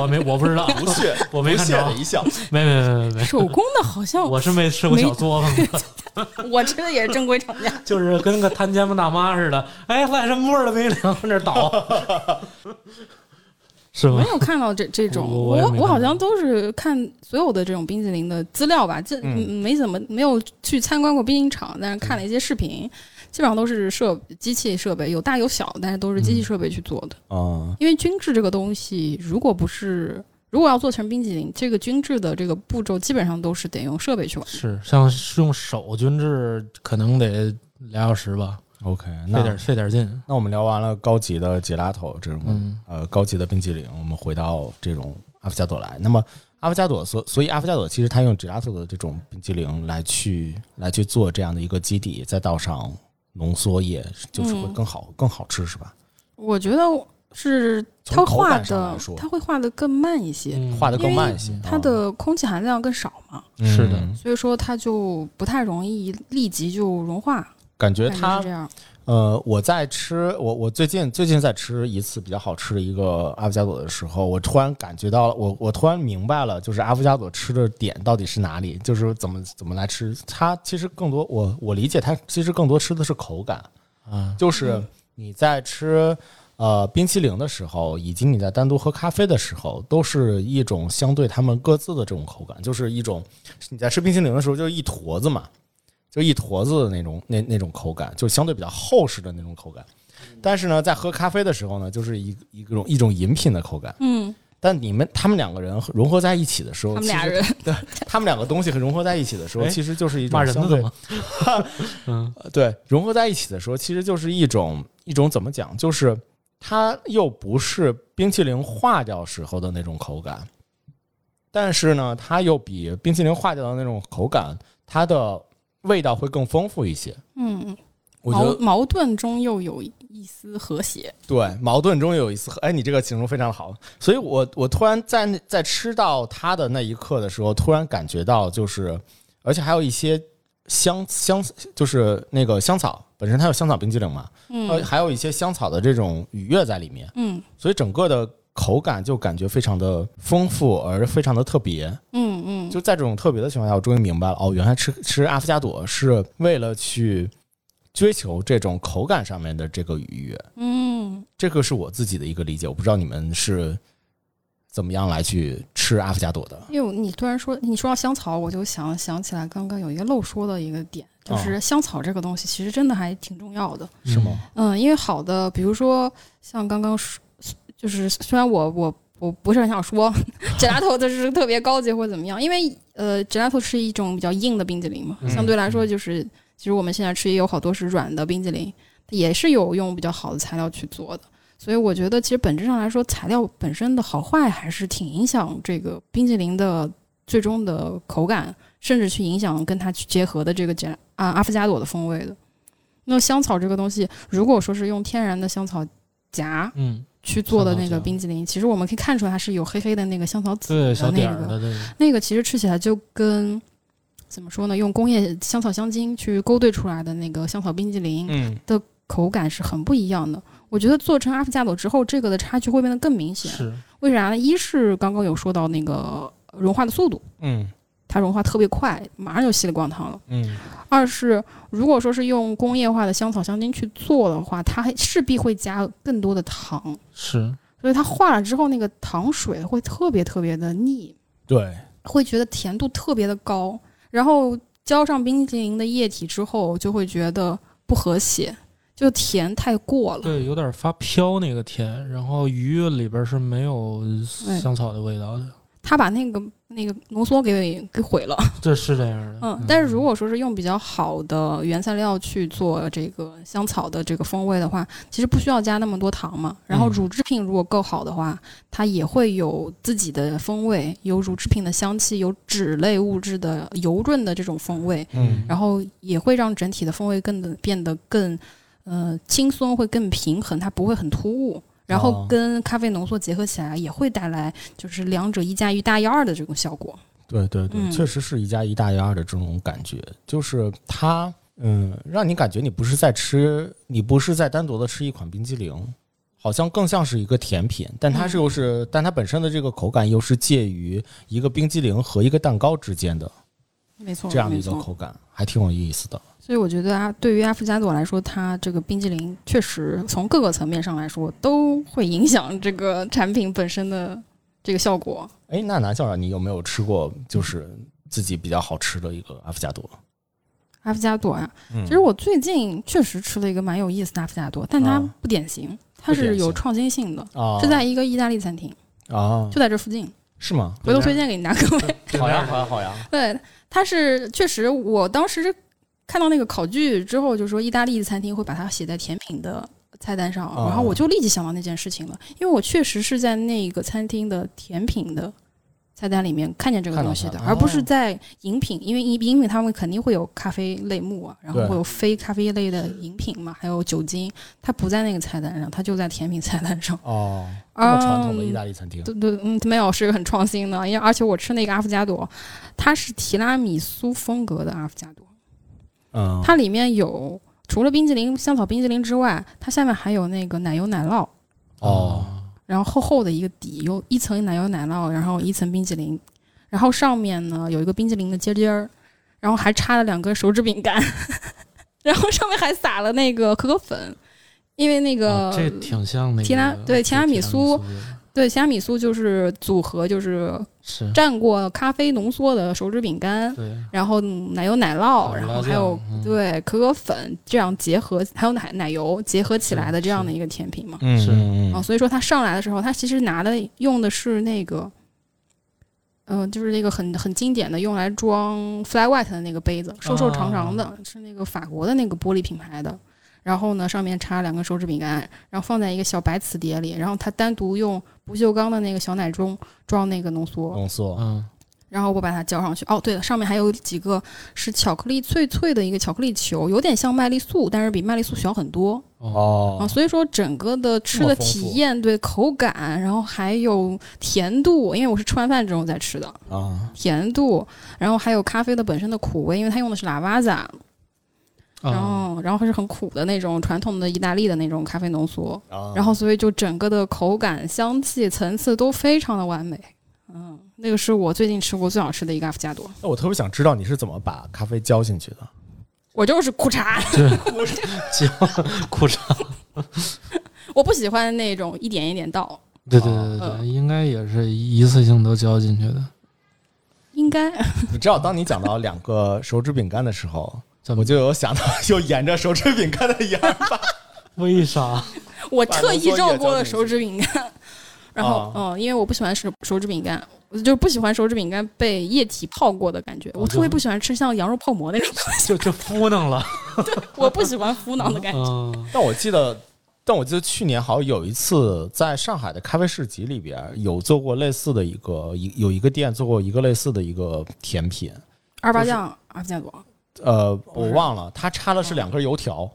S2: 我没我不 知道，
S1: 不屑，
S2: 我
S1: 不
S2: 没看
S1: 屑
S2: 着
S1: 的，一笑。
S2: 没没没没没。
S3: 手工的好像
S2: 我是没吃过小作坊的，
S3: 我吃的也是正规厂家。
S2: 就是跟个摊煎饼大妈似的，哎，赖什么味儿的冰淇淋往这倒，是
S3: 没
S2: 吧？
S3: 有看到这这种，
S2: 我
S3: 我
S2: 我也没
S3: 我好
S2: 看到
S3: 像都是看所有的这种冰淇淋的资料吧，这、
S1: 嗯
S3: 没怎么没有去参观过冰淇淋厂，但是看了一些视频，基本上都是设机器设备，有大有小，但是都是机器
S2: 嗯
S3: 设备去做的。
S1: 嗯
S3: 因为均质这个东西，如果不是如果要做成冰淇淋，这个均质的这个步骤基本上都是得用设备去完成。
S2: 是像是用手均质，可能得俩小时吧，
S1: ，OK，
S2: 费
S1: 那
S2: 点费点劲。
S1: 那我们聊完了高级的吉拉头这种、
S2: 嗯
S1: 呃高级的冰淇淋，我们回到这种阿芙加朵来。那么阿芙加朵所所以阿芙加朵其实它用吉拉头的这种冰淇淋来去来去做这样的一个基底，再倒上浓缩液，就是会
S3: 嗯
S1: 更好、更好吃是吧？
S3: 我觉得是它
S1: 从
S3: 会
S1: 口
S3: 化
S1: 感上来
S3: 的
S1: 说，哦
S3: 它会化的更慢一些，
S2: 嗯
S1: 化的更慢一些
S2: 因为，
S3: 它的空气含量更少嘛，
S1: 嗯
S2: 是的
S1: 嗯
S3: 所以说它就不太容易立即就融化。
S1: 感觉
S3: 感
S1: 它
S3: 是这样，
S1: 呃，我在吃我我最近最近在吃一次比较好吃的一个阿芙加朵的时候，我突然感觉到了，我我突然明白了，就是阿芙加朵吃的点到底是哪里，就是怎么怎么来吃。它其实更多，我我理解它其实更多吃的是口感，
S2: 啊，
S1: 就是你在吃呃冰淇淋的时候，以及你在单独喝咖啡的时候，都是一种相对它们各自的这种口感，就是一种你在吃冰淇淋的时候就是一坨子嘛，就一坨子的那种那那种口感，就相对比较厚实的那种口感。但是呢，在喝咖啡的时候呢，就是一一种一种饮品的口感。
S3: 嗯，
S1: 但你们他们两个人融合在一起的时候，
S3: 他们俩
S1: 其实
S3: 人，
S1: 他们两个东西融合在一起的时候，
S2: 哎
S1: 其实就是一
S2: 骂
S1: 种
S2: 人
S1: 相
S2: 的
S1: 对
S2: 吗？ 嗯
S1: 对，融合在一起的时候，其实就是一种一种怎么讲，就是它又不是冰淇淋化掉时候的那种口感，但是呢，它又比冰淇淋化掉的那种口感，它的味道会更丰富一些。
S3: 嗯，
S1: 我觉
S3: 矛
S1: 得
S3: 矛盾中又有一丝和谐。
S1: 对，矛盾中有一丝，哎，你这个形容非常好。所以我我突然在那在吃到它的那一刻的时候，突然感觉到就是，而且还有一些香香，就是那个香草本身它有香草冰激凌嘛，呃，
S3: 嗯
S1: 还有一些香草的这种愉悦在里面，
S3: 嗯
S1: 所以整个的口感就感觉非常的丰富而非常的特别。
S3: 嗯嗯，
S1: 就在这种特别的情况下，我终于明白了，哦，原来吃吃阿芙加朵是为了去追求这种口感上面的这个愉悦，
S3: 嗯，
S1: 这个是我自己的一个理解，我不知道你们是怎么样来去吃阿芙加朵的。
S3: 因为你突然说你说到香草，我就想想起来刚刚有一个漏说的一个点，就
S1: 哦
S3: 是香草这个东西其实真的还挺重要的。
S1: 是吗？
S3: 嗯，因为好的，比如说像刚刚说，就是虽然我我我不是很想说 gelato 就是特别高级或者怎么样，因为呃 gelato 是一种比较硬的冰激凌嘛，
S2: 嗯
S3: 相对来说就是其实我们现在吃也有好多是软的冰激凌，也是有用比较好的材料去做的。所以我觉得，其实本质上来说，材料本身的好坏还是挺影响这个冰激凌的最终的口感，甚至去影响跟它去结合的这个简啊阿芙加朵的风味的。那香草这个东西，如果说是用天然的香草荚
S2: 嗯，
S3: 去做的
S2: 香草
S3: 那个
S2: 荚
S3: 冰激凌，其实我们可以看出来它是有黑黑的那个香草籽
S2: 对，小
S3: 的
S2: 点
S3: 那
S2: 儿
S3: 个，
S2: 的这个，
S3: 那个其实吃起来就跟怎么说呢，用工业香草香精去勾兑出来的那个香草冰激凌，
S1: 嗯，
S3: 口感是很不一样的。我觉得做成阿芙加朵之后，这个的差距会变得更明显。
S2: 是
S3: 为啥呢？一是刚刚有说到那个呃融化的速度，
S1: 嗯
S3: 它融化特别快，马上就稀里咣当了。
S1: 嗯
S3: 二是如果说是用工业化的香草香精去做的话，它还势必会加更多的糖，
S2: 是，
S3: 所以它化了之后，那个糖水会特别特别的腻，
S1: 对，
S3: 会觉得甜度特别的高，然后浇上冰淇淋的液体之后，就会觉得不和谐，就甜太过了。
S2: 对，有点发飘那个甜，然后鱼里边是没有
S3: 哎
S2: 香草的味道的，
S3: 它把那个那个浓缩给给毁了。
S2: 这是这样的。
S3: 嗯，但是如果说是用比较好的原材料去做这个香草的这个风味的话，其实不需要加那么多糖嘛。然后
S2: 嗯
S3: 乳制品如果够好的话，它也会有自己的风味，有乳制品的香气，有脂类物质的油润的这种风味，
S1: 嗯
S3: 然后也会让整体的风味更的变得更呃轻松，会更平衡，它不会很突兀。然后
S1: 哦
S3: 跟咖啡浓缩结合起来，也会带来就是两者一加一大于二的这种效果。
S1: 对对对，
S3: 嗯
S1: 确实是一加一大于二的这种感觉，就是它，嗯，让你感觉你不是在吃，你不是在单独的吃一款冰激凌，好像更像是一个甜品，但它
S3: 嗯
S1: 是又是，但它本身的这个口感又是介于一个冰激凌和一个蛋糕之间的
S3: 没错，
S1: 这样的
S3: 哦没
S1: 一个
S3: 错
S1: 口感，还挺有意思的。
S3: 所以我觉得啊，对于阿芙加朵来说，它这个冰激凌确实从各个层面上来说，都会影响这个产品本身的这个效果。
S1: 哎，那南校长，你有没有吃过就是自己比较好吃的一个阿芙加朵？
S3: 阿芙加朵呀、
S1: 嗯
S3: 啊其实我最近确实吃了一个蛮有意思的阿芙加朵，但它
S1: 啊
S3: 不典型，它
S1: 不典
S3: 是有
S1: 型
S3: 创新性的，
S1: 啊，
S3: 是在一个意大利餐厅，
S1: 啊，
S3: 就在这附近，
S1: 是吗？
S3: 回头推荐给你大哥。
S1: 好呀，好呀，好呀。
S3: 对，它是确实，我当时看到那个烤具之后，就说意大利餐厅会把它写在甜品的菜单上，
S1: 啊
S3: 然后我就立即想到那件事情了，因为我确实是在那个餐厅的甜品的菜单里面看见这个
S1: 看到
S3: 东西的，
S1: 它
S3: 而不是
S1: 哦
S3: 在饮品，因为饮因为他们肯定会有咖啡类目啊，然后
S1: 对
S3: 会有非咖啡类的饮品嘛，还有酒精，它不在那个菜单上，它就在甜品菜单上。
S1: 哦，这么传统的
S3: 嗯
S1: 意大利餐厅
S3: 对对，嗯，没有，是很创新的。因为而且我吃那个阿芙加朵，它是提拉米苏风格的阿芙加朵，
S2: 哦
S1: 嗯，
S3: 它里面有除了冰激凌、香草冰激凌之外，它下面还有那个奶油奶酪，
S1: 哦，
S3: 然后厚厚的一个底，有一层奶油奶酪，然后一层冰激凌，然后上面呢有一个冰激凌的尖尖儿，然后还插了两个手指饼干， 然后上面还撒了那个可可粉，因为那个、
S2: 哦这挺像那个
S3: 提拉对提
S2: 提
S3: 拉米
S2: 米
S3: 苏
S2: 的
S3: 对提拉米苏就是组合就是
S2: 是
S3: 蘸过咖啡浓缩的手指饼干，
S2: 对
S3: 然后嗯奶油奶酪，
S2: 对
S3: 然
S2: 辣
S3: 后
S2: 酱
S3: 还有、
S2: 嗯
S3: 对可可粉这样结合，还有奶奶油结合起来的
S2: 是
S3: 这样
S2: 是
S3: 的一个甜品嘛。
S1: 嗯
S2: 是
S1: 嗯
S3: 啊，所以说它上来的时候，它其实拿的用的是那个，嗯、就是那个很很经典的用来装 Fly White 的那个杯子，瘦瘦长长的，是那个法国的那个玻璃品牌的。然后呢，上面插两个手指饼干，然后放在一个小白瓷碟里，然后它单独用不锈钢的那个小奶盅装那个浓缩。
S1: 浓缩
S2: 嗯
S3: 然后我把它浇上去。哦，对了，上面还有几个是巧克力脆脆的一个巧克力球，有点像麦丽素，但是比麦丽素小很多啊。
S1: 哦，
S3: 所以说整个的吃的体验，对口感，然后还有甜度，因为我是吃完饭之后再吃的
S1: 啊，
S3: 甜度，然后还有咖啡的本身的苦味，因为它用的是拉瓦萨，然
S2: 啊
S3: 后然后是很苦的那种传统的意大利的那种咖啡浓缩，然
S1: 然
S3: 后所以就整个的口感、香气、层次都非常的完美。嗯，那个是我最近吃过最好吃的一个阿芙加朵。
S1: 那我特别想知道你是怎么把咖啡浇进去的？
S3: 我就是苦茶，
S2: 酱裤衩，
S3: 我不喜欢那种一点一点倒，
S2: 对对对对
S3: 啊
S2: 对，应该也是一次性都浇进去的。
S3: 应该
S1: 你知道，当你讲到两个手指饼干的时候，
S2: 怎么
S1: 我就有想到，就沿着手指饼干的沿儿吧。
S2: 为 啥？
S3: 我特意绕过了手指饼 干，然后
S1: 啊
S3: 嗯，因为我不喜欢手手指饼干，我就是不喜欢手指饼干被液体泡过的感觉，
S2: 哦
S3: 我特别不喜欢吃像羊肉泡馍那种，
S2: 就就敷弄了？
S3: 我不喜欢敷囊的感觉。
S2: 嗯，
S1: 但我记得，但我记得去年好像有一次在上海的咖啡市集里边有做过类似的一个，一有一个店做过一个类似的一个甜品，
S3: 二八酱阿芙加朵，
S1: 呃，
S3: 是
S1: 我忘了，它插的是两根油条，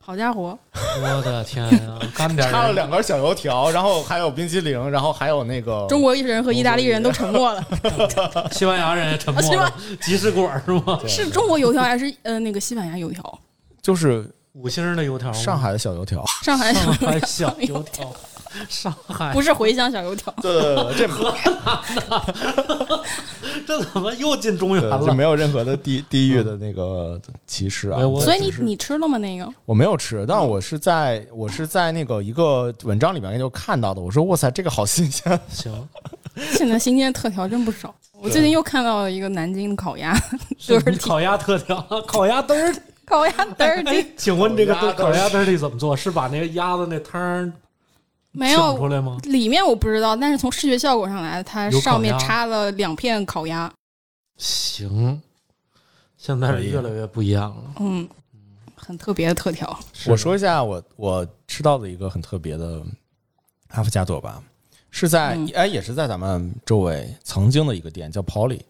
S3: 好家
S2: 哦
S3: 伙，
S2: 我的天呀， 干点
S1: 插了
S2: 儿
S1: 两根小油条，然后还有冰激凌，然后还有那个
S3: 中国人和意大利人都沉默
S2: 哦
S3: 了，
S2: 西班牙人也沉默
S3: 啊
S2: 了，集市馆是吗？
S3: 是中国油条还是呃那个西班牙油条？
S1: 就是
S2: 五星儿的油条吗，
S1: 上海的小油条。
S3: 上海
S2: 上
S3: 小
S2: 海 小油条，上海
S3: 不是茴香小油条，
S1: 对对对，这
S2: 这怎么又进中原
S1: 对，就
S2: 了
S1: 没？有任何的地地域的那个歧视啊
S2: 哎。我
S3: 所以你你吃了吗？那个
S1: 我没有吃，但我是在我是在那个一个文章里面就看到的。我说哇塞，这个好新鲜！
S2: 行，
S3: 现在新鲜特调真不少。我最近又看到了一个南京的烤鸭，
S2: 是
S3: 就是
S2: 烤鸭特调， 烤鸭嘚儿。
S3: 烤鸭嘚 儿
S2: 哎
S3: 的，
S2: 请问这个
S1: 烤鸭
S2: 烤鸭嘚儿里怎么做？是把那个鸭子那汤儿
S3: 没
S2: 抢出
S3: 有
S2: 来吗？
S3: 里面我不知道，但是从视觉效果上来，
S2: 有
S3: 它
S2: 烤鸭
S3: 上面插了两片烤鸭，
S2: 行，现在是越来越不一样了。
S3: 嗯，很特别的特调。
S2: 是的
S1: 我说一下我我吃到的一个很特别的阿芙加朵吧，是在、
S3: 嗯
S1: 哎也是在咱们周围曾经的一个店叫 Polly，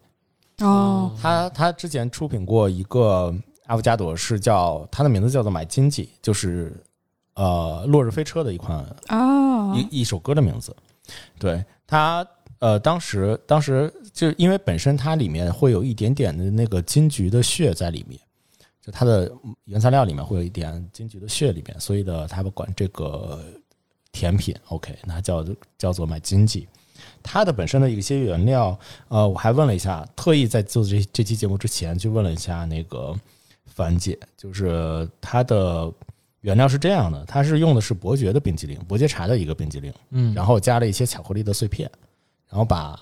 S2: 嗯
S3: 哦，
S1: 他他之前出品过一个阿芙加朵是叫它的名字叫做买经济，就是呃落日飞车的一款
S3: 哦，
S1: 一一首歌的名字。对它，呃，当时当时就因为本身它里面会有一点点的那个金桔的血在里面，就它的原材料里面会有一点金桔的血里面，所以呢，他们管这个甜品 OK，那它叫叫做买金桔。它的本身的一些原料，呃，我还问了一下，特意在做这这期节目之前去问了一下那个樊姐，就是它的原料是这样的，它是用的是伯爵的冰激凌，伯爵茶的一个冰激凌，
S2: 嗯，
S1: 然后加了一些巧克力的碎片，然后把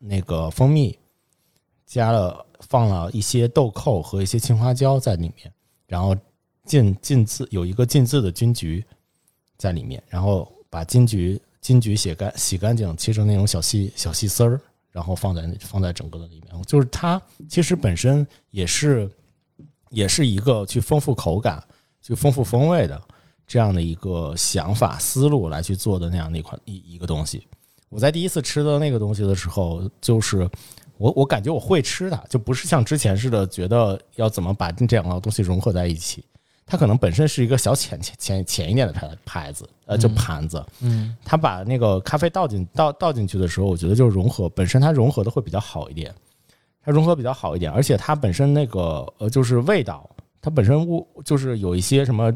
S1: 那个蜂蜜加了，放了一些豆蔻和一些青花椒在里面，然后浸浸渍有一个浸渍的金桔在里面，然后把金桔金桔洗干洗干净，切成那种小细小细丝儿，然后放在那放在整个的里面，就是它其实本身也是也是一个去丰富口感、去丰富风味的这样的一个想法思路来去做的那样的一款一一个东西。我在第一次吃到那个东西的时候，就是我我感觉我会吃它，就不是像之前似的觉得要怎么把这两个东西融合在一起。它可能本身是一个小浅浅浅浅一点的牌牌子，呃，就
S2: 嗯
S1: 盘子，
S2: 嗯
S1: 它把那个咖啡倒进倒倒进去的时候，我觉得就是融合本身它融合的会比较好一点，它融合比较好一点，而且它本身那个呃就是味道，它本身物就是有一些什么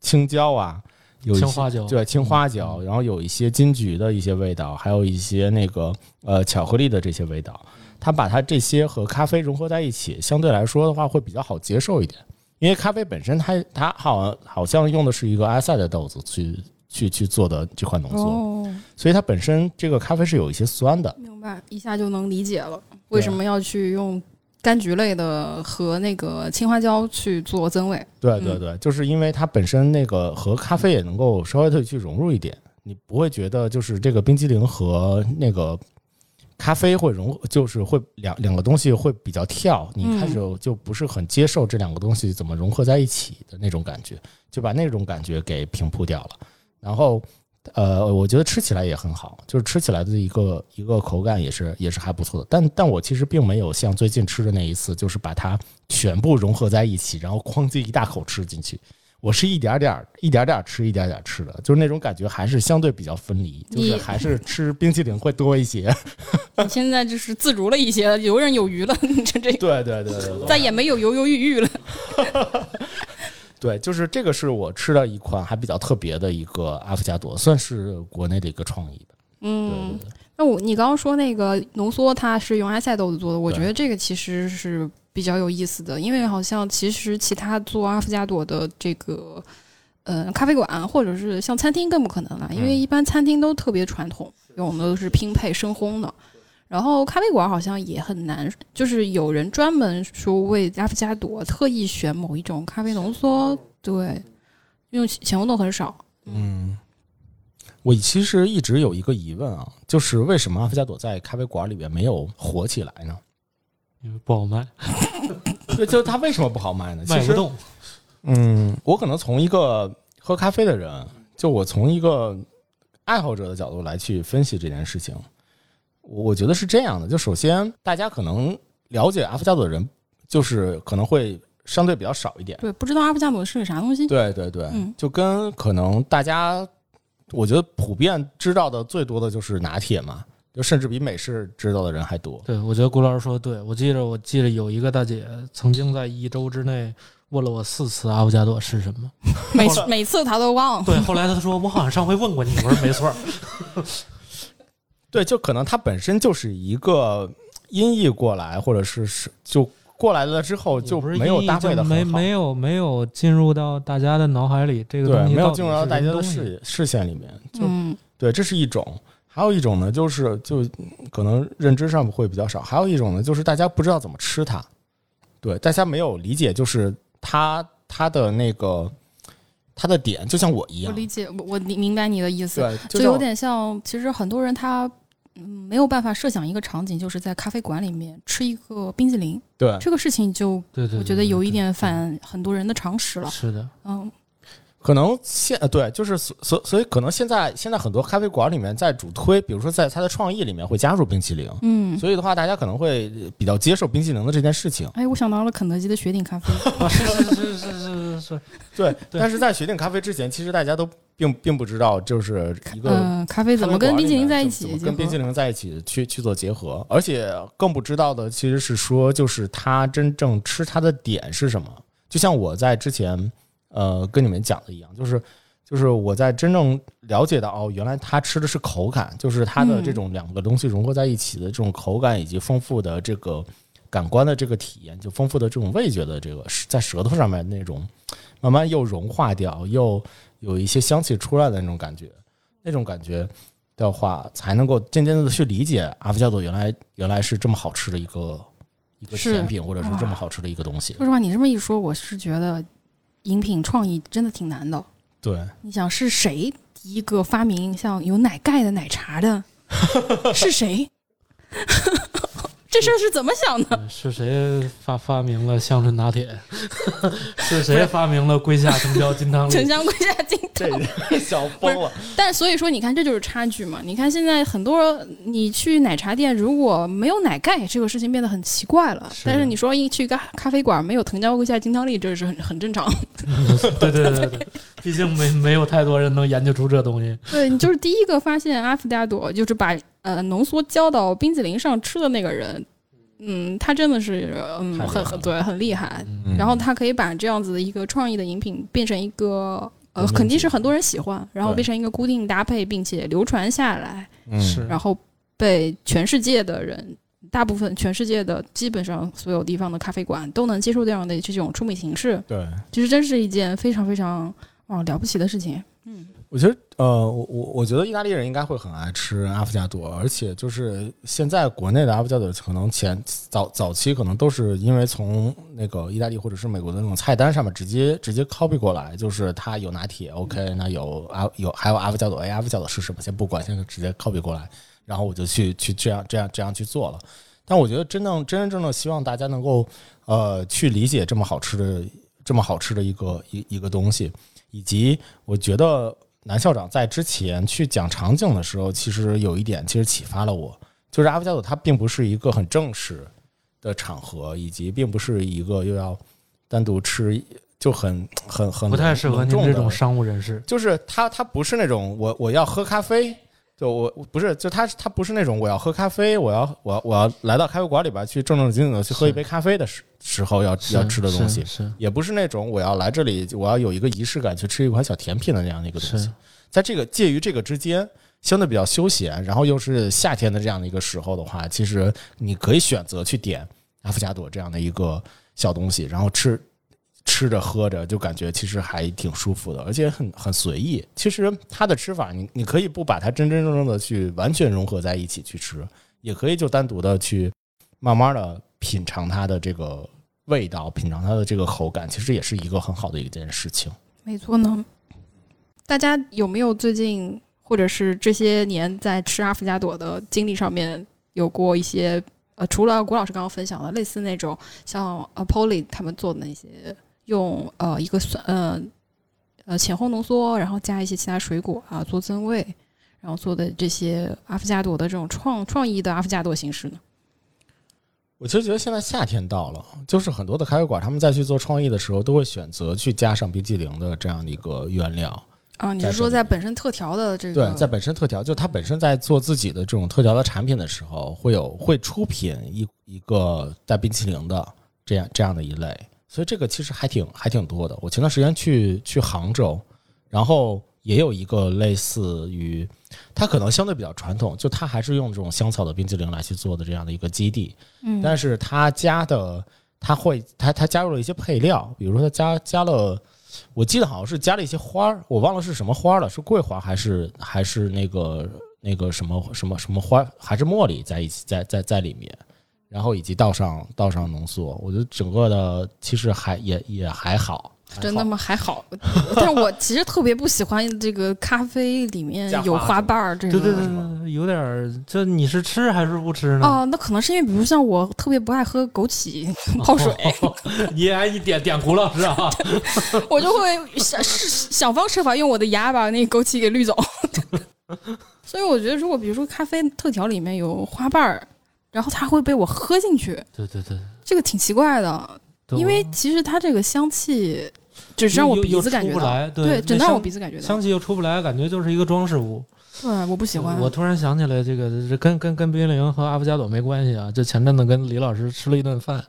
S1: 青椒啊，有一些
S2: 青花椒嗯
S1: 对青花椒，然后有一些金桔的一些味道，还有一些那个呃巧克力的这些味道，它把它这些和咖啡融合在一起，相对来说的话会比较好接受一点。因为咖啡本身它它好像好像用的是一个埃塞的豆子去去去做的这款浓缩，
S3: 哦，
S1: 所以它本身这个咖啡是有一些酸的。
S3: 明白，一下就能理解了，为什么要去用柑橘类的和那个青花椒去做增味。
S1: 对
S3: 嗯
S1: 对对，就是因为它本身那个和咖啡也能够稍微的去融入一点，你不会觉得就是这个冰激凌和那个咖啡会融，就是会两两个东西会比较跳，你一开始就不是很接受这两个东西怎么融合在一起的那种感觉，就把那种感觉给平铺掉了。然后，呃，我觉得吃起来也很好，就是吃起来的一个一个口感也是也是还不错的。但但我其实并没有像最近吃的那一次，就是把它全部融合在一起，然后哐叽一大口吃进去。我是一点儿点儿、一点儿点儿吃，一点儿点儿吃的，就是那种感觉还是相对比较分离，就
S3: 你
S1: 是还是吃冰淇淋会多一些。
S3: 你现在就是自如了一些，游刃有余了， 你这这
S1: 对对对对对
S3: 再也没有犹犹豫豫了。
S1: 对，就是这个是我吃的一款还比较特别的一个阿芙加朵，算是国内的一个创意吧。对对
S3: 嗯
S1: 对，。
S3: 那我你刚刚说那个浓缩，它是用埃塞豆子做的，我
S1: 对
S3: 觉得这个其实是比较有意思的，因为好像其实其他做阿芙加朵的这个。呃，咖啡馆或者是像餐厅更不可能了，因
S1: 嗯
S3: 为一般餐厅都特别传统，用的都是拼配生烘的。然后咖啡馆好像也很难，就是有人专门说为阿芙加朵特意选某一种咖啡浓缩，对，用前烘豆很少。
S1: 嗯，我其实一直有一个疑问啊，就是为什么阿芙加朵在咖啡馆里面没有火起来呢？
S2: 因为不好卖，
S1: 对，就它为什么不好 卖呢？其
S2: 卖不
S1: 实，
S2: 动。
S1: 嗯，我可能从一个喝咖啡的人，就我从一个爱好者的角度来去分析这件事情，我我觉得是这样的。就首先，大家可能了解阿芙加朵的人，就是可能会相对比较少一点。
S3: 对，不知道阿芙加朵是个啥东西。
S1: 对对对，
S3: 嗯
S1: 就跟可能大家，我觉得普遍知道的最多的就是拿铁嘛，就甚至比美式知道的人还多。
S2: 对，我觉得顾老师说的对。我记着，我记着有一个大姐曾经在一周之内问了我四次阿布加朵是什么。
S3: 每
S2: 后来
S3: 每次他都忘了。
S2: 对，后来她说我好像上回问过你，我说没 错儿。
S1: 对，就可能它本身就是一个音译过来，或者是是就过来了之后
S2: 也
S1: 就
S2: 不是
S1: 没有
S2: 意义
S1: 搭
S2: 哦就
S1: 配的
S2: 没
S1: 很好，
S2: 没有没有进入到大家的脑海里，这个
S1: 对
S2: 东，西
S1: 没
S2: 到
S1: 有
S2: 底
S1: 进入到
S2: 是
S1: 大家
S2: 什
S1: 的
S2: 么东西
S1: 视视线里面。就
S3: 嗯，
S1: 对，这是一种。还有一种呢，就是就可能认知上会比较少。还有一种呢，就是大家不知道怎么吃它，对，大家没有理解，就是它它的那个它的点，就像我一
S3: 我
S1: 样，
S3: 理解，我我明明白你的意思，
S1: 对，
S3: 就
S1: 像
S3: 有点像，其实很多人他。嗯，没有办法设想一个场景，就是在咖啡馆里面吃一个冰淇淋，
S1: 对。
S3: 这个事情就
S2: 对对，
S3: 我
S2: 对
S3: 觉得
S2: 对
S3: 有一
S2: 对
S3: 点反很多人的常识了。
S2: 是的，
S3: 嗯，
S1: 可能现呃对，就是所所所以可能现在现在很多咖啡馆里面在主推，比如说在它的创意里面会加入冰淇淋，
S3: 嗯，
S1: 所以的话，大家可能会比较接受冰淇淋的这件事情。
S3: 哎，我想到了肯德基的雪顶咖啡，
S2: 啊是是是是是是，
S1: 对，
S2: 对
S1: 但是在雪顶咖啡之前，其实大家都并并不知道，就是一个
S3: 嗯、咖啡怎么跟冰淇淋在一
S1: 怎
S3: 起
S1: 么
S3: 结合？
S1: 跟冰淇淋在一起去去做结合，而且更不知道的其实是说，就是他真正吃它的点是什么。就像我在之前呃跟你们讲的一样，就是就是我在真正了解到哦，原来他吃的是口感，就是它的
S3: 嗯
S1: 这种两个东西融合在一起的这种口感，以及丰富的这个感官的这个体验，就丰富的这种味觉的这个在舌头上面那种慢慢又融化掉，又有一些香气出来的那种感觉，那种感觉的话，才能够渐渐的去理解阿芙加朵原来原来是这么好吃的一个一个
S3: 是
S1: 甜品，或者是这么好吃的一个东西
S3: 说。实话，你这么一说，我是觉得饮品创意真的挺难的。
S1: 对，
S3: 你想是谁第一个发明像有奶盖的奶茶 的？是谁？ 这事儿是怎么想的？
S2: 是谁发发明了香醇拿铁？ 是谁发明了龟下藤椒金汤
S3: 沉
S2: 力？
S3: 香归下金汤。
S1: 这想
S3: 疯
S1: 了。
S3: 但所以说，你看这就是差距嘛。你看现在很多你去奶茶店，如果没有奶盖，这个事情变得很奇怪了。
S2: 是
S3: 但是你说一去咖咖啡馆没有藤椒归下金汤力，这是很很正 常。
S2: 对对对对，毕竟没没有太多人能研究出这东 西。
S3: 对你就是第一个发现阿芙加朵就是把呃浓缩浇到冰淇淋上吃的那个人，嗯，他真的是嗯
S1: 太厉害
S3: 很很
S1: 了
S3: 对很厉害。
S2: 嗯，
S1: 嗯
S3: 然后他可以把这样子的一个创意的饮品变成一个
S1: 有
S3: 呃
S1: 面积
S3: 肯定是很多人喜欢，然后
S1: 对
S3: 变成一个固定搭配，并且流传下来，
S1: 嗯
S2: 是
S3: 然后被全世界的人。大部分全世界的基本上所有地方的咖啡馆都能接受这样的这种出品形式，
S1: 对。
S3: 其实真是一件非常非常啊了不起的事情。嗯，
S1: 我觉得，呃，我我我觉得意大利人应该会很爱吃阿芙加朵，而且就是现在国内的阿芙加朵，可能前早早期可能都是因为从那个意大利或者是美国的那种菜单上面直接直接 copy 过来，就是它有拿铁，OK，那有阿有还有阿芙加朵，哎，阿芙加朵是什么？先不管，现在直接 copy 过来，然后我就去去这样这样这样去做了。但我觉得真正真真正正希望大家能够呃去理解这么好吃的这么好吃的一个一一个东西，以及我觉得南校长在之前去讲场景的时候，其实有一点其实启发了我，就是阿布加朵它并不是一个很正式的场合，以及并不是一个又要单独吃就很很很
S2: 不太适合
S1: 隆
S2: 您
S1: 重
S2: 这
S1: 的
S2: 种商务人士。
S1: 就是他他不是那种我我要喝咖啡，就我不是就他他不是那种我要喝咖啡，我要我要我要来到咖啡馆里边去正正经经的去喝一杯咖啡的时时候要嗯要吃的东西，
S2: 是
S1: 也不是那种我要来这里我要有一个仪式感去吃一款小甜品的那样的一个东
S2: 是
S1: 西
S2: 是，，
S1: 在这个介于这个之间。相对比较休闲，然后又是夏天的这样的一个时候的话，其实你可以选择去点阿芙加朵这样的一个小东西，然后吃吃着喝着，就感觉其实还挺舒服的，而且很很随意。其实它的吃法，你你可以不把它真真正正的去完全融合在一起去吃，也可以就单独的去慢慢的品尝它的这个味道，品尝它的这个口感，其实也是一个很好的一件事情。
S3: 没错呢。大家有没有最近或者是这些年在吃阿芙加朵的经历上面有过一些呃，除了郭老师刚刚分享的类似那种像 a p o l i 他们做的那些用呃一个酸呃呃浅烘浓缩，然后加一些其他水果啊做增味，然后做的这些阿芙加朵的这种创创意的阿芙加朵形式呢？
S1: 我其实觉得现在夏天到了，就是很多的咖啡馆他们在去做创意的时候，都会选择去加上冰激凌的这样的一个原料。
S3: 啊，你
S1: 在
S3: 是说
S1: 这
S3: 在本身特调的这个
S1: 对，在本身特调，就它本身在做自己的这种特调的产品的时候，会有会出品一一个带冰淇淋的这样这样的一类，所以这个其实还挺还挺多的。我前段时间去去杭州，然后也有一个类似于，它可能相对比较传统，就它还是用这种香草的冰淇淋来去做的这样的一个基地，
S3: 嗯
S1: 但是它加的，它会它它加入了一些配料，比如说它加加了，我记得好像是加了一些花儿，我忘了是什么花儿了，是桂花还是还是那个那个什么什么什么花，还是茉莉在一起在在在里面，然后以及倒上倒上浓缩，我觉得整个的其实还也也还好，还
S3: 真的
S1: 好？
S3: 吗？还好，但我其实特别不喜欢这个咖啡里面
S1: 加
S3: 有
S1: 花
S3: 花
S1: 是吗
S3: 瓣儿这
S2: 对
S3: 种。
S2: 对对对，有点儿，这你是吃还是不吃 呢？
S3: 哦，那可能是因为，比如像我特别不爱喝枸杞 泡水，
S2: 哦你哎，你点点胡老师啊，
S3: 我就会想是想方设法用我的牙把那枸杞给滤走。 所以我觉得，如果比如说咖啡特调里面有花瓣儿，然后它会被我喝进去，
S2: 对对对，
S3: 这个挺奇怪的，
S2: 对
S3: 因为其实它这个香气只是让我
S2: 又
S3: 鼻
S2: 又
S3: 子感
S2: 出
S3: 觉
S2: 不
S3: 到，
S2: 来，
S3: 对，只
S2: 那
S3: 能让
S2: 香
S3: 我鼻子感觉到
S2: 香，气又出不来，感觉就是一个装饰物。
S3: 对，我不喜欢。
S2: 我突然想起来，这个这跟跟跟冰激凌和阿芙加朵没关系啊。就前阵子跟李老师吃了一顿饭，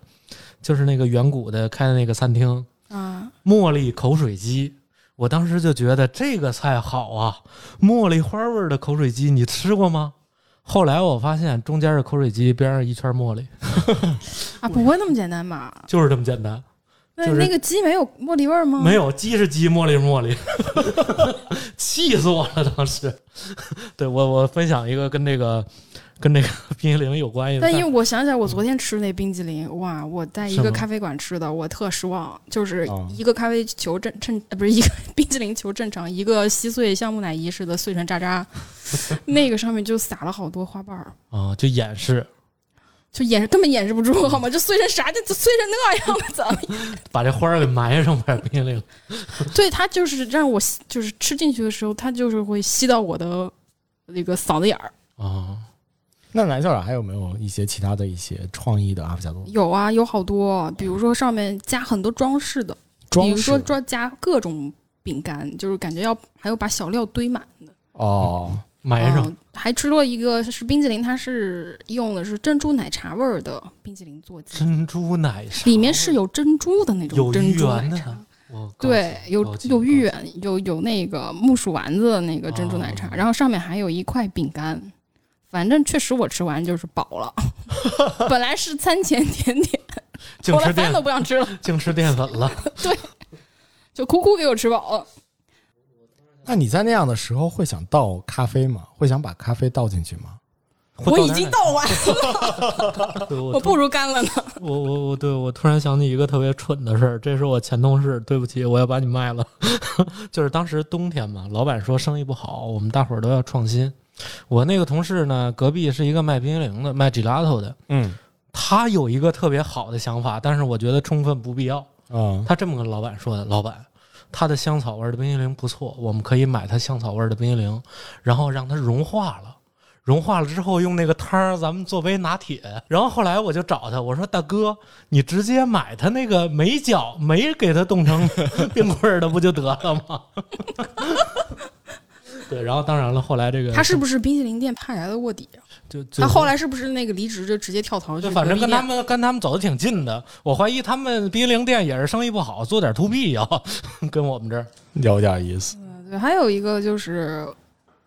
S2: 就是那个远古的开的那个餐厅，
S3: 啊，
S2: 茉莉口水鸡。我当时就觉得这个菜好啊，茉莉花味儿的口水鸡，你吃过吗？后来我发现中间是口水鸡，边上一圈茉莉，
S3: 啊，不会那么简单吧？
S2: 就是这么简单。
S3: 那、
S2: 就是
S3: 那个鸡没有茉莉味儿吗？
S2: 没有鸡是鸡，茉莉是茉莉， 气死我了！当时， 对我我分享一个跟这个跟这个冰淇淋有关系的
S3: 但
S2: 菜，
S3: 因为我想起来，我昨天吃那冰激凌，哇！我在一
S2: 是
S3: 个
S2: 吗
S3: 咖啡馆吃的，我特失望，就是
S1: 啊
S3: 一个咖啡球正正呃不是一个 冰激凌球正常，一个稀碎像木乃伊似的碎成 渣渣，那个上面就撒了好多花瓣儿，
S2: 啊、就掩饰，
S3: 就掩饰根本掩饰不住，好吗？就碎成啥就就碎成那样 了，怎么
S2: 把这花儿给埋上呗，冰淇淋。
S3: 对，它就是让我吸就是吃进去的时候，它就是会吸到我的那个嗓子眼儿。
S2: 啊，
S1: 那蓝校长还有没有一些其他的一些创意的阿布加多
S3: 有啊，有好多，比如说上面加很多装饰的，比
S1: 装
S3: 如说
S1: 饰？
S3: 装加各种饼干，就是感觉要还有把小料堆满。
S1: 哦，
S2: 埋上、
S3: 嗯还吃了一个是冰淇淋，它是用的是珍珠奶茶味儿的冰淇淋做基，
S2: 珍珠奶茶，
S3: 里面是有珍珠的那种
S2: 有
S3: 珍
S2: 芋
S3: 珠奶
S2: 圆
S3: 茶
S2: 的。，我告
S3: 对，
S2: 诉你
S3: 有
S2: 高级
S3: 有芋
S2: 高级
S3: 圆，有有那个木薯丸子的那个珍珠奶茶，
S2: 哦
S3: 然后上面还有一块饼干。反正确实我吃完就是饱 了，本来是餐前甜点，
S2: 净
S3: 后来
S2: 吃
S3: 饭都
S2: 淀
S3: 不想吃了，
S2: 净吃淀粉了。
S3: 就苦苦给我吃饱了。
S1: 那你在那样的时候会想倒咖啡吗？会想把咖啡倒进去吗？
S2: 会
S3: 我
S2: 倒
S3: 已
S2: 点
S3: 经
S2: 奶
S3: 倒完，
S2: 茶对我
S3: 我
S2: 突
S3: 不如干了呢。
S2: 我我我对我突然想起一个特别蠢的事儿，这是我前同事，对不起，我要把你卖了。 就是当时冬天嘛，老板说生意不好，我们大伙儿都要创新。我那个同事呢，隔壁是一个卖冰淇淋的，卖 gelato 的，
S1: 嗯
S2: 他有一个特别好的想法，但是我觉得充分不必要。
S1: 嗯，
S2: 他这么跟老板说的：“老板，他的香草味儿的冰淇淋不错，我们可以买他香草味儿的冰淇淋，然后让它融化了。融化了之后，用那个汤儿咱们做杯拿铁。然后后来我就找他，我说：“大哥，你直接买他那个没搅、没给他冻成 冰棍儿的不就得了吗？” 对，然后当然了，后来这个
S3: 他是不是冰淇淋店派来的卧底啊？
S2: 就就
S3: 他后来是不是那个离职就直接跳槽去
S2: 就
S3: 隔壁
S2: 反正
S3: 店？
S2: 跟他们跟他们走的挺近的，我怀疑他们冰淇淋店也是生意不好，做点 to B 呀， 跟我们这儿。
S1: 有点意思。
S3: 对，还有一个就是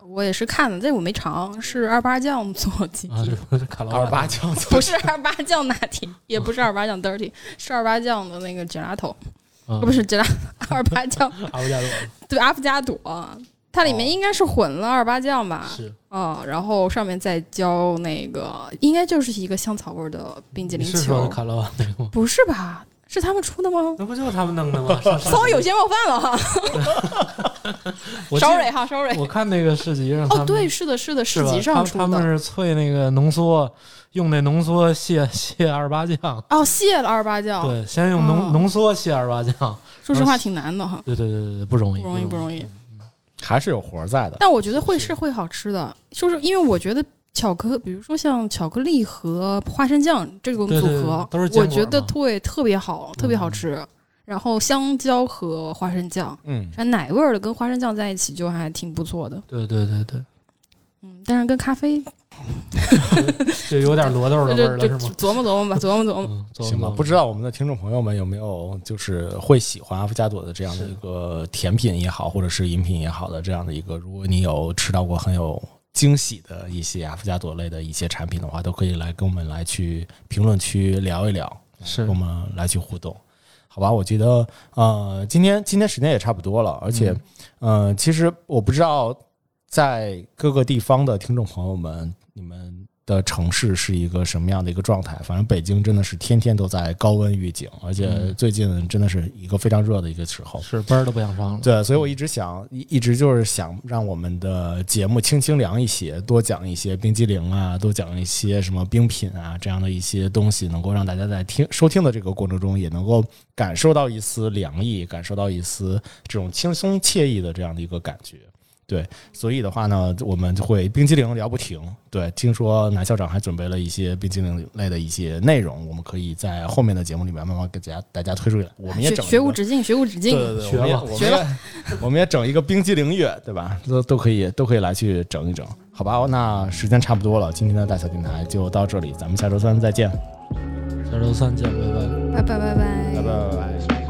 S3: 我也是看的，这我没尝，是二八酱做基
S2: 啊，
S3: 底，
S2: 这卡老
S1: 二
S2: 板
S1: 八 酱
S3: 不是二八酱拿铁，也不是二八酱 dirty，是二八酱的那个 gelato，、呃
S2: 啊
S3: 不是 gelato，二 八酱
S2: 阿布加多
S3: 对阿芙加朵，它
S2: 哦
S3: 里面应该是混了二八酱吧？
S2: 是
S3: 嗯，然后上面再浇那个，应该就是一个香草味儿的冰激
S2: 你
S3: 凌
S2: 是说的
S3: 球，
S2: 卡老板那个吗？
S3: 不是吧？是他们出的吗？
S2: 那不就是他们弄 的吗？上上
S3: 稍有些冒犯了哈
S2: 我记得
S3: ，sorry 哈，sorry。
S2: 我看那个市集上，他
S3: 哦，
S2: 们
S3: 对，，是的，是的，
S2: 是
S3: 市
S2: 吧？
S3: 集
S2: 他
S3: 上
S2: 们
S3: 出
S2: 他们
S3: 的。
S2: 是萃那个浓缩，用那浓缩卸卸二八酱。
S3: 哦，谢了二八酱。
S2: 对，先用浓、
S3: 哦
S2: 浓缩卸二八酱，
S3: 说实话挺难的哈，
S2: 对对对对对，不容易，
S3: 不容易不容
S2: 易。
S3: 易。
S1: 还是有活儿在的。
S3: 但我觉得会
S2: 是
S3: 是会好吃的，就是因为我觉得巧克，比如说像巧克力和花生酱这种
S2: 对
S3: 组
S2: 对
S3: 合，
S2: 对都是坚
S3: 我
S2: 果
S3: 觉得
S2: 嘛嗯
S3: 对特别好，特别好吃。然后香蕉和花生酱，
S1: 嗯，
S3: 反正奶味儿的跟花生酱在一起就还挺不错的。
S2: 对对对对，
S3: 嗯，但是跟咖啡
S2: 就有点罗豆的
S3: 就
S2: 味儿
S3: 就
S2: 了，
S3: 就是
S2: 吗？
S3: 琢磨琢磨吧，琢磨琢磨。
S2: 嗯，走
S1: 行吧，
S2: 走
S1: 不知道我们的听众朋友们有没有就是会喜欢阿芙加朵的这样的一个甜品也好，或者是饮品也好的这样的一个，如果你有吃到过很有惊喜的一些阿芙加朵类的一些产品的话，都可以来跟我们来去评论区聊一聊，
S2: 是
S1: 跟我们来去互动。好吧，我觉得呃，今天今天时间也差不多了，而且、
S2: 嗯
S1: 呃，其实我不知道在各个地方的听众朋友们，你们的城市是一个什么样的一个状态？反正北京真的是天天都在高温预警，而且
S2: 嗯
S1: 最近真的是一个非常热的一个时候。
S2: 是班儿都不想上了。
S1: 对，所以我一直想，一一直就是想让我们的节目清清凉一些，多讲一些冰激凌啊，多讲一些什么冰品啊这样的一些东西，能够让大家在听收听的这个过程中，也能够感受到一丝凉意，感受到一丝这种轻松惬意的这样的一个感觉。对，所以的话呢，我们就会冰激凌聊不停。对，听说南校长还准备了一些冰激凌类的一些内容，我们可以在后面的节目里面慢慢给大家大家推出来。我们也
S3: 学
S1: 整一
S3: 学
S1: 个
S3: 无止境，学无止境。
S1: 对对对，
S2: 学
S1: 我们也
S2: 吧
S1: 我们
S3: 学
S1: 也我们也整一个冰激凌月，对吧？都都可以，都可以来去整一整，好吧？那时间差不多了，今天的大小电台就到这里，咱们下周三再见，
S2: 下周三见，拜拜。
S3: 拜拜拜拜
S1: 拜拜拜拜。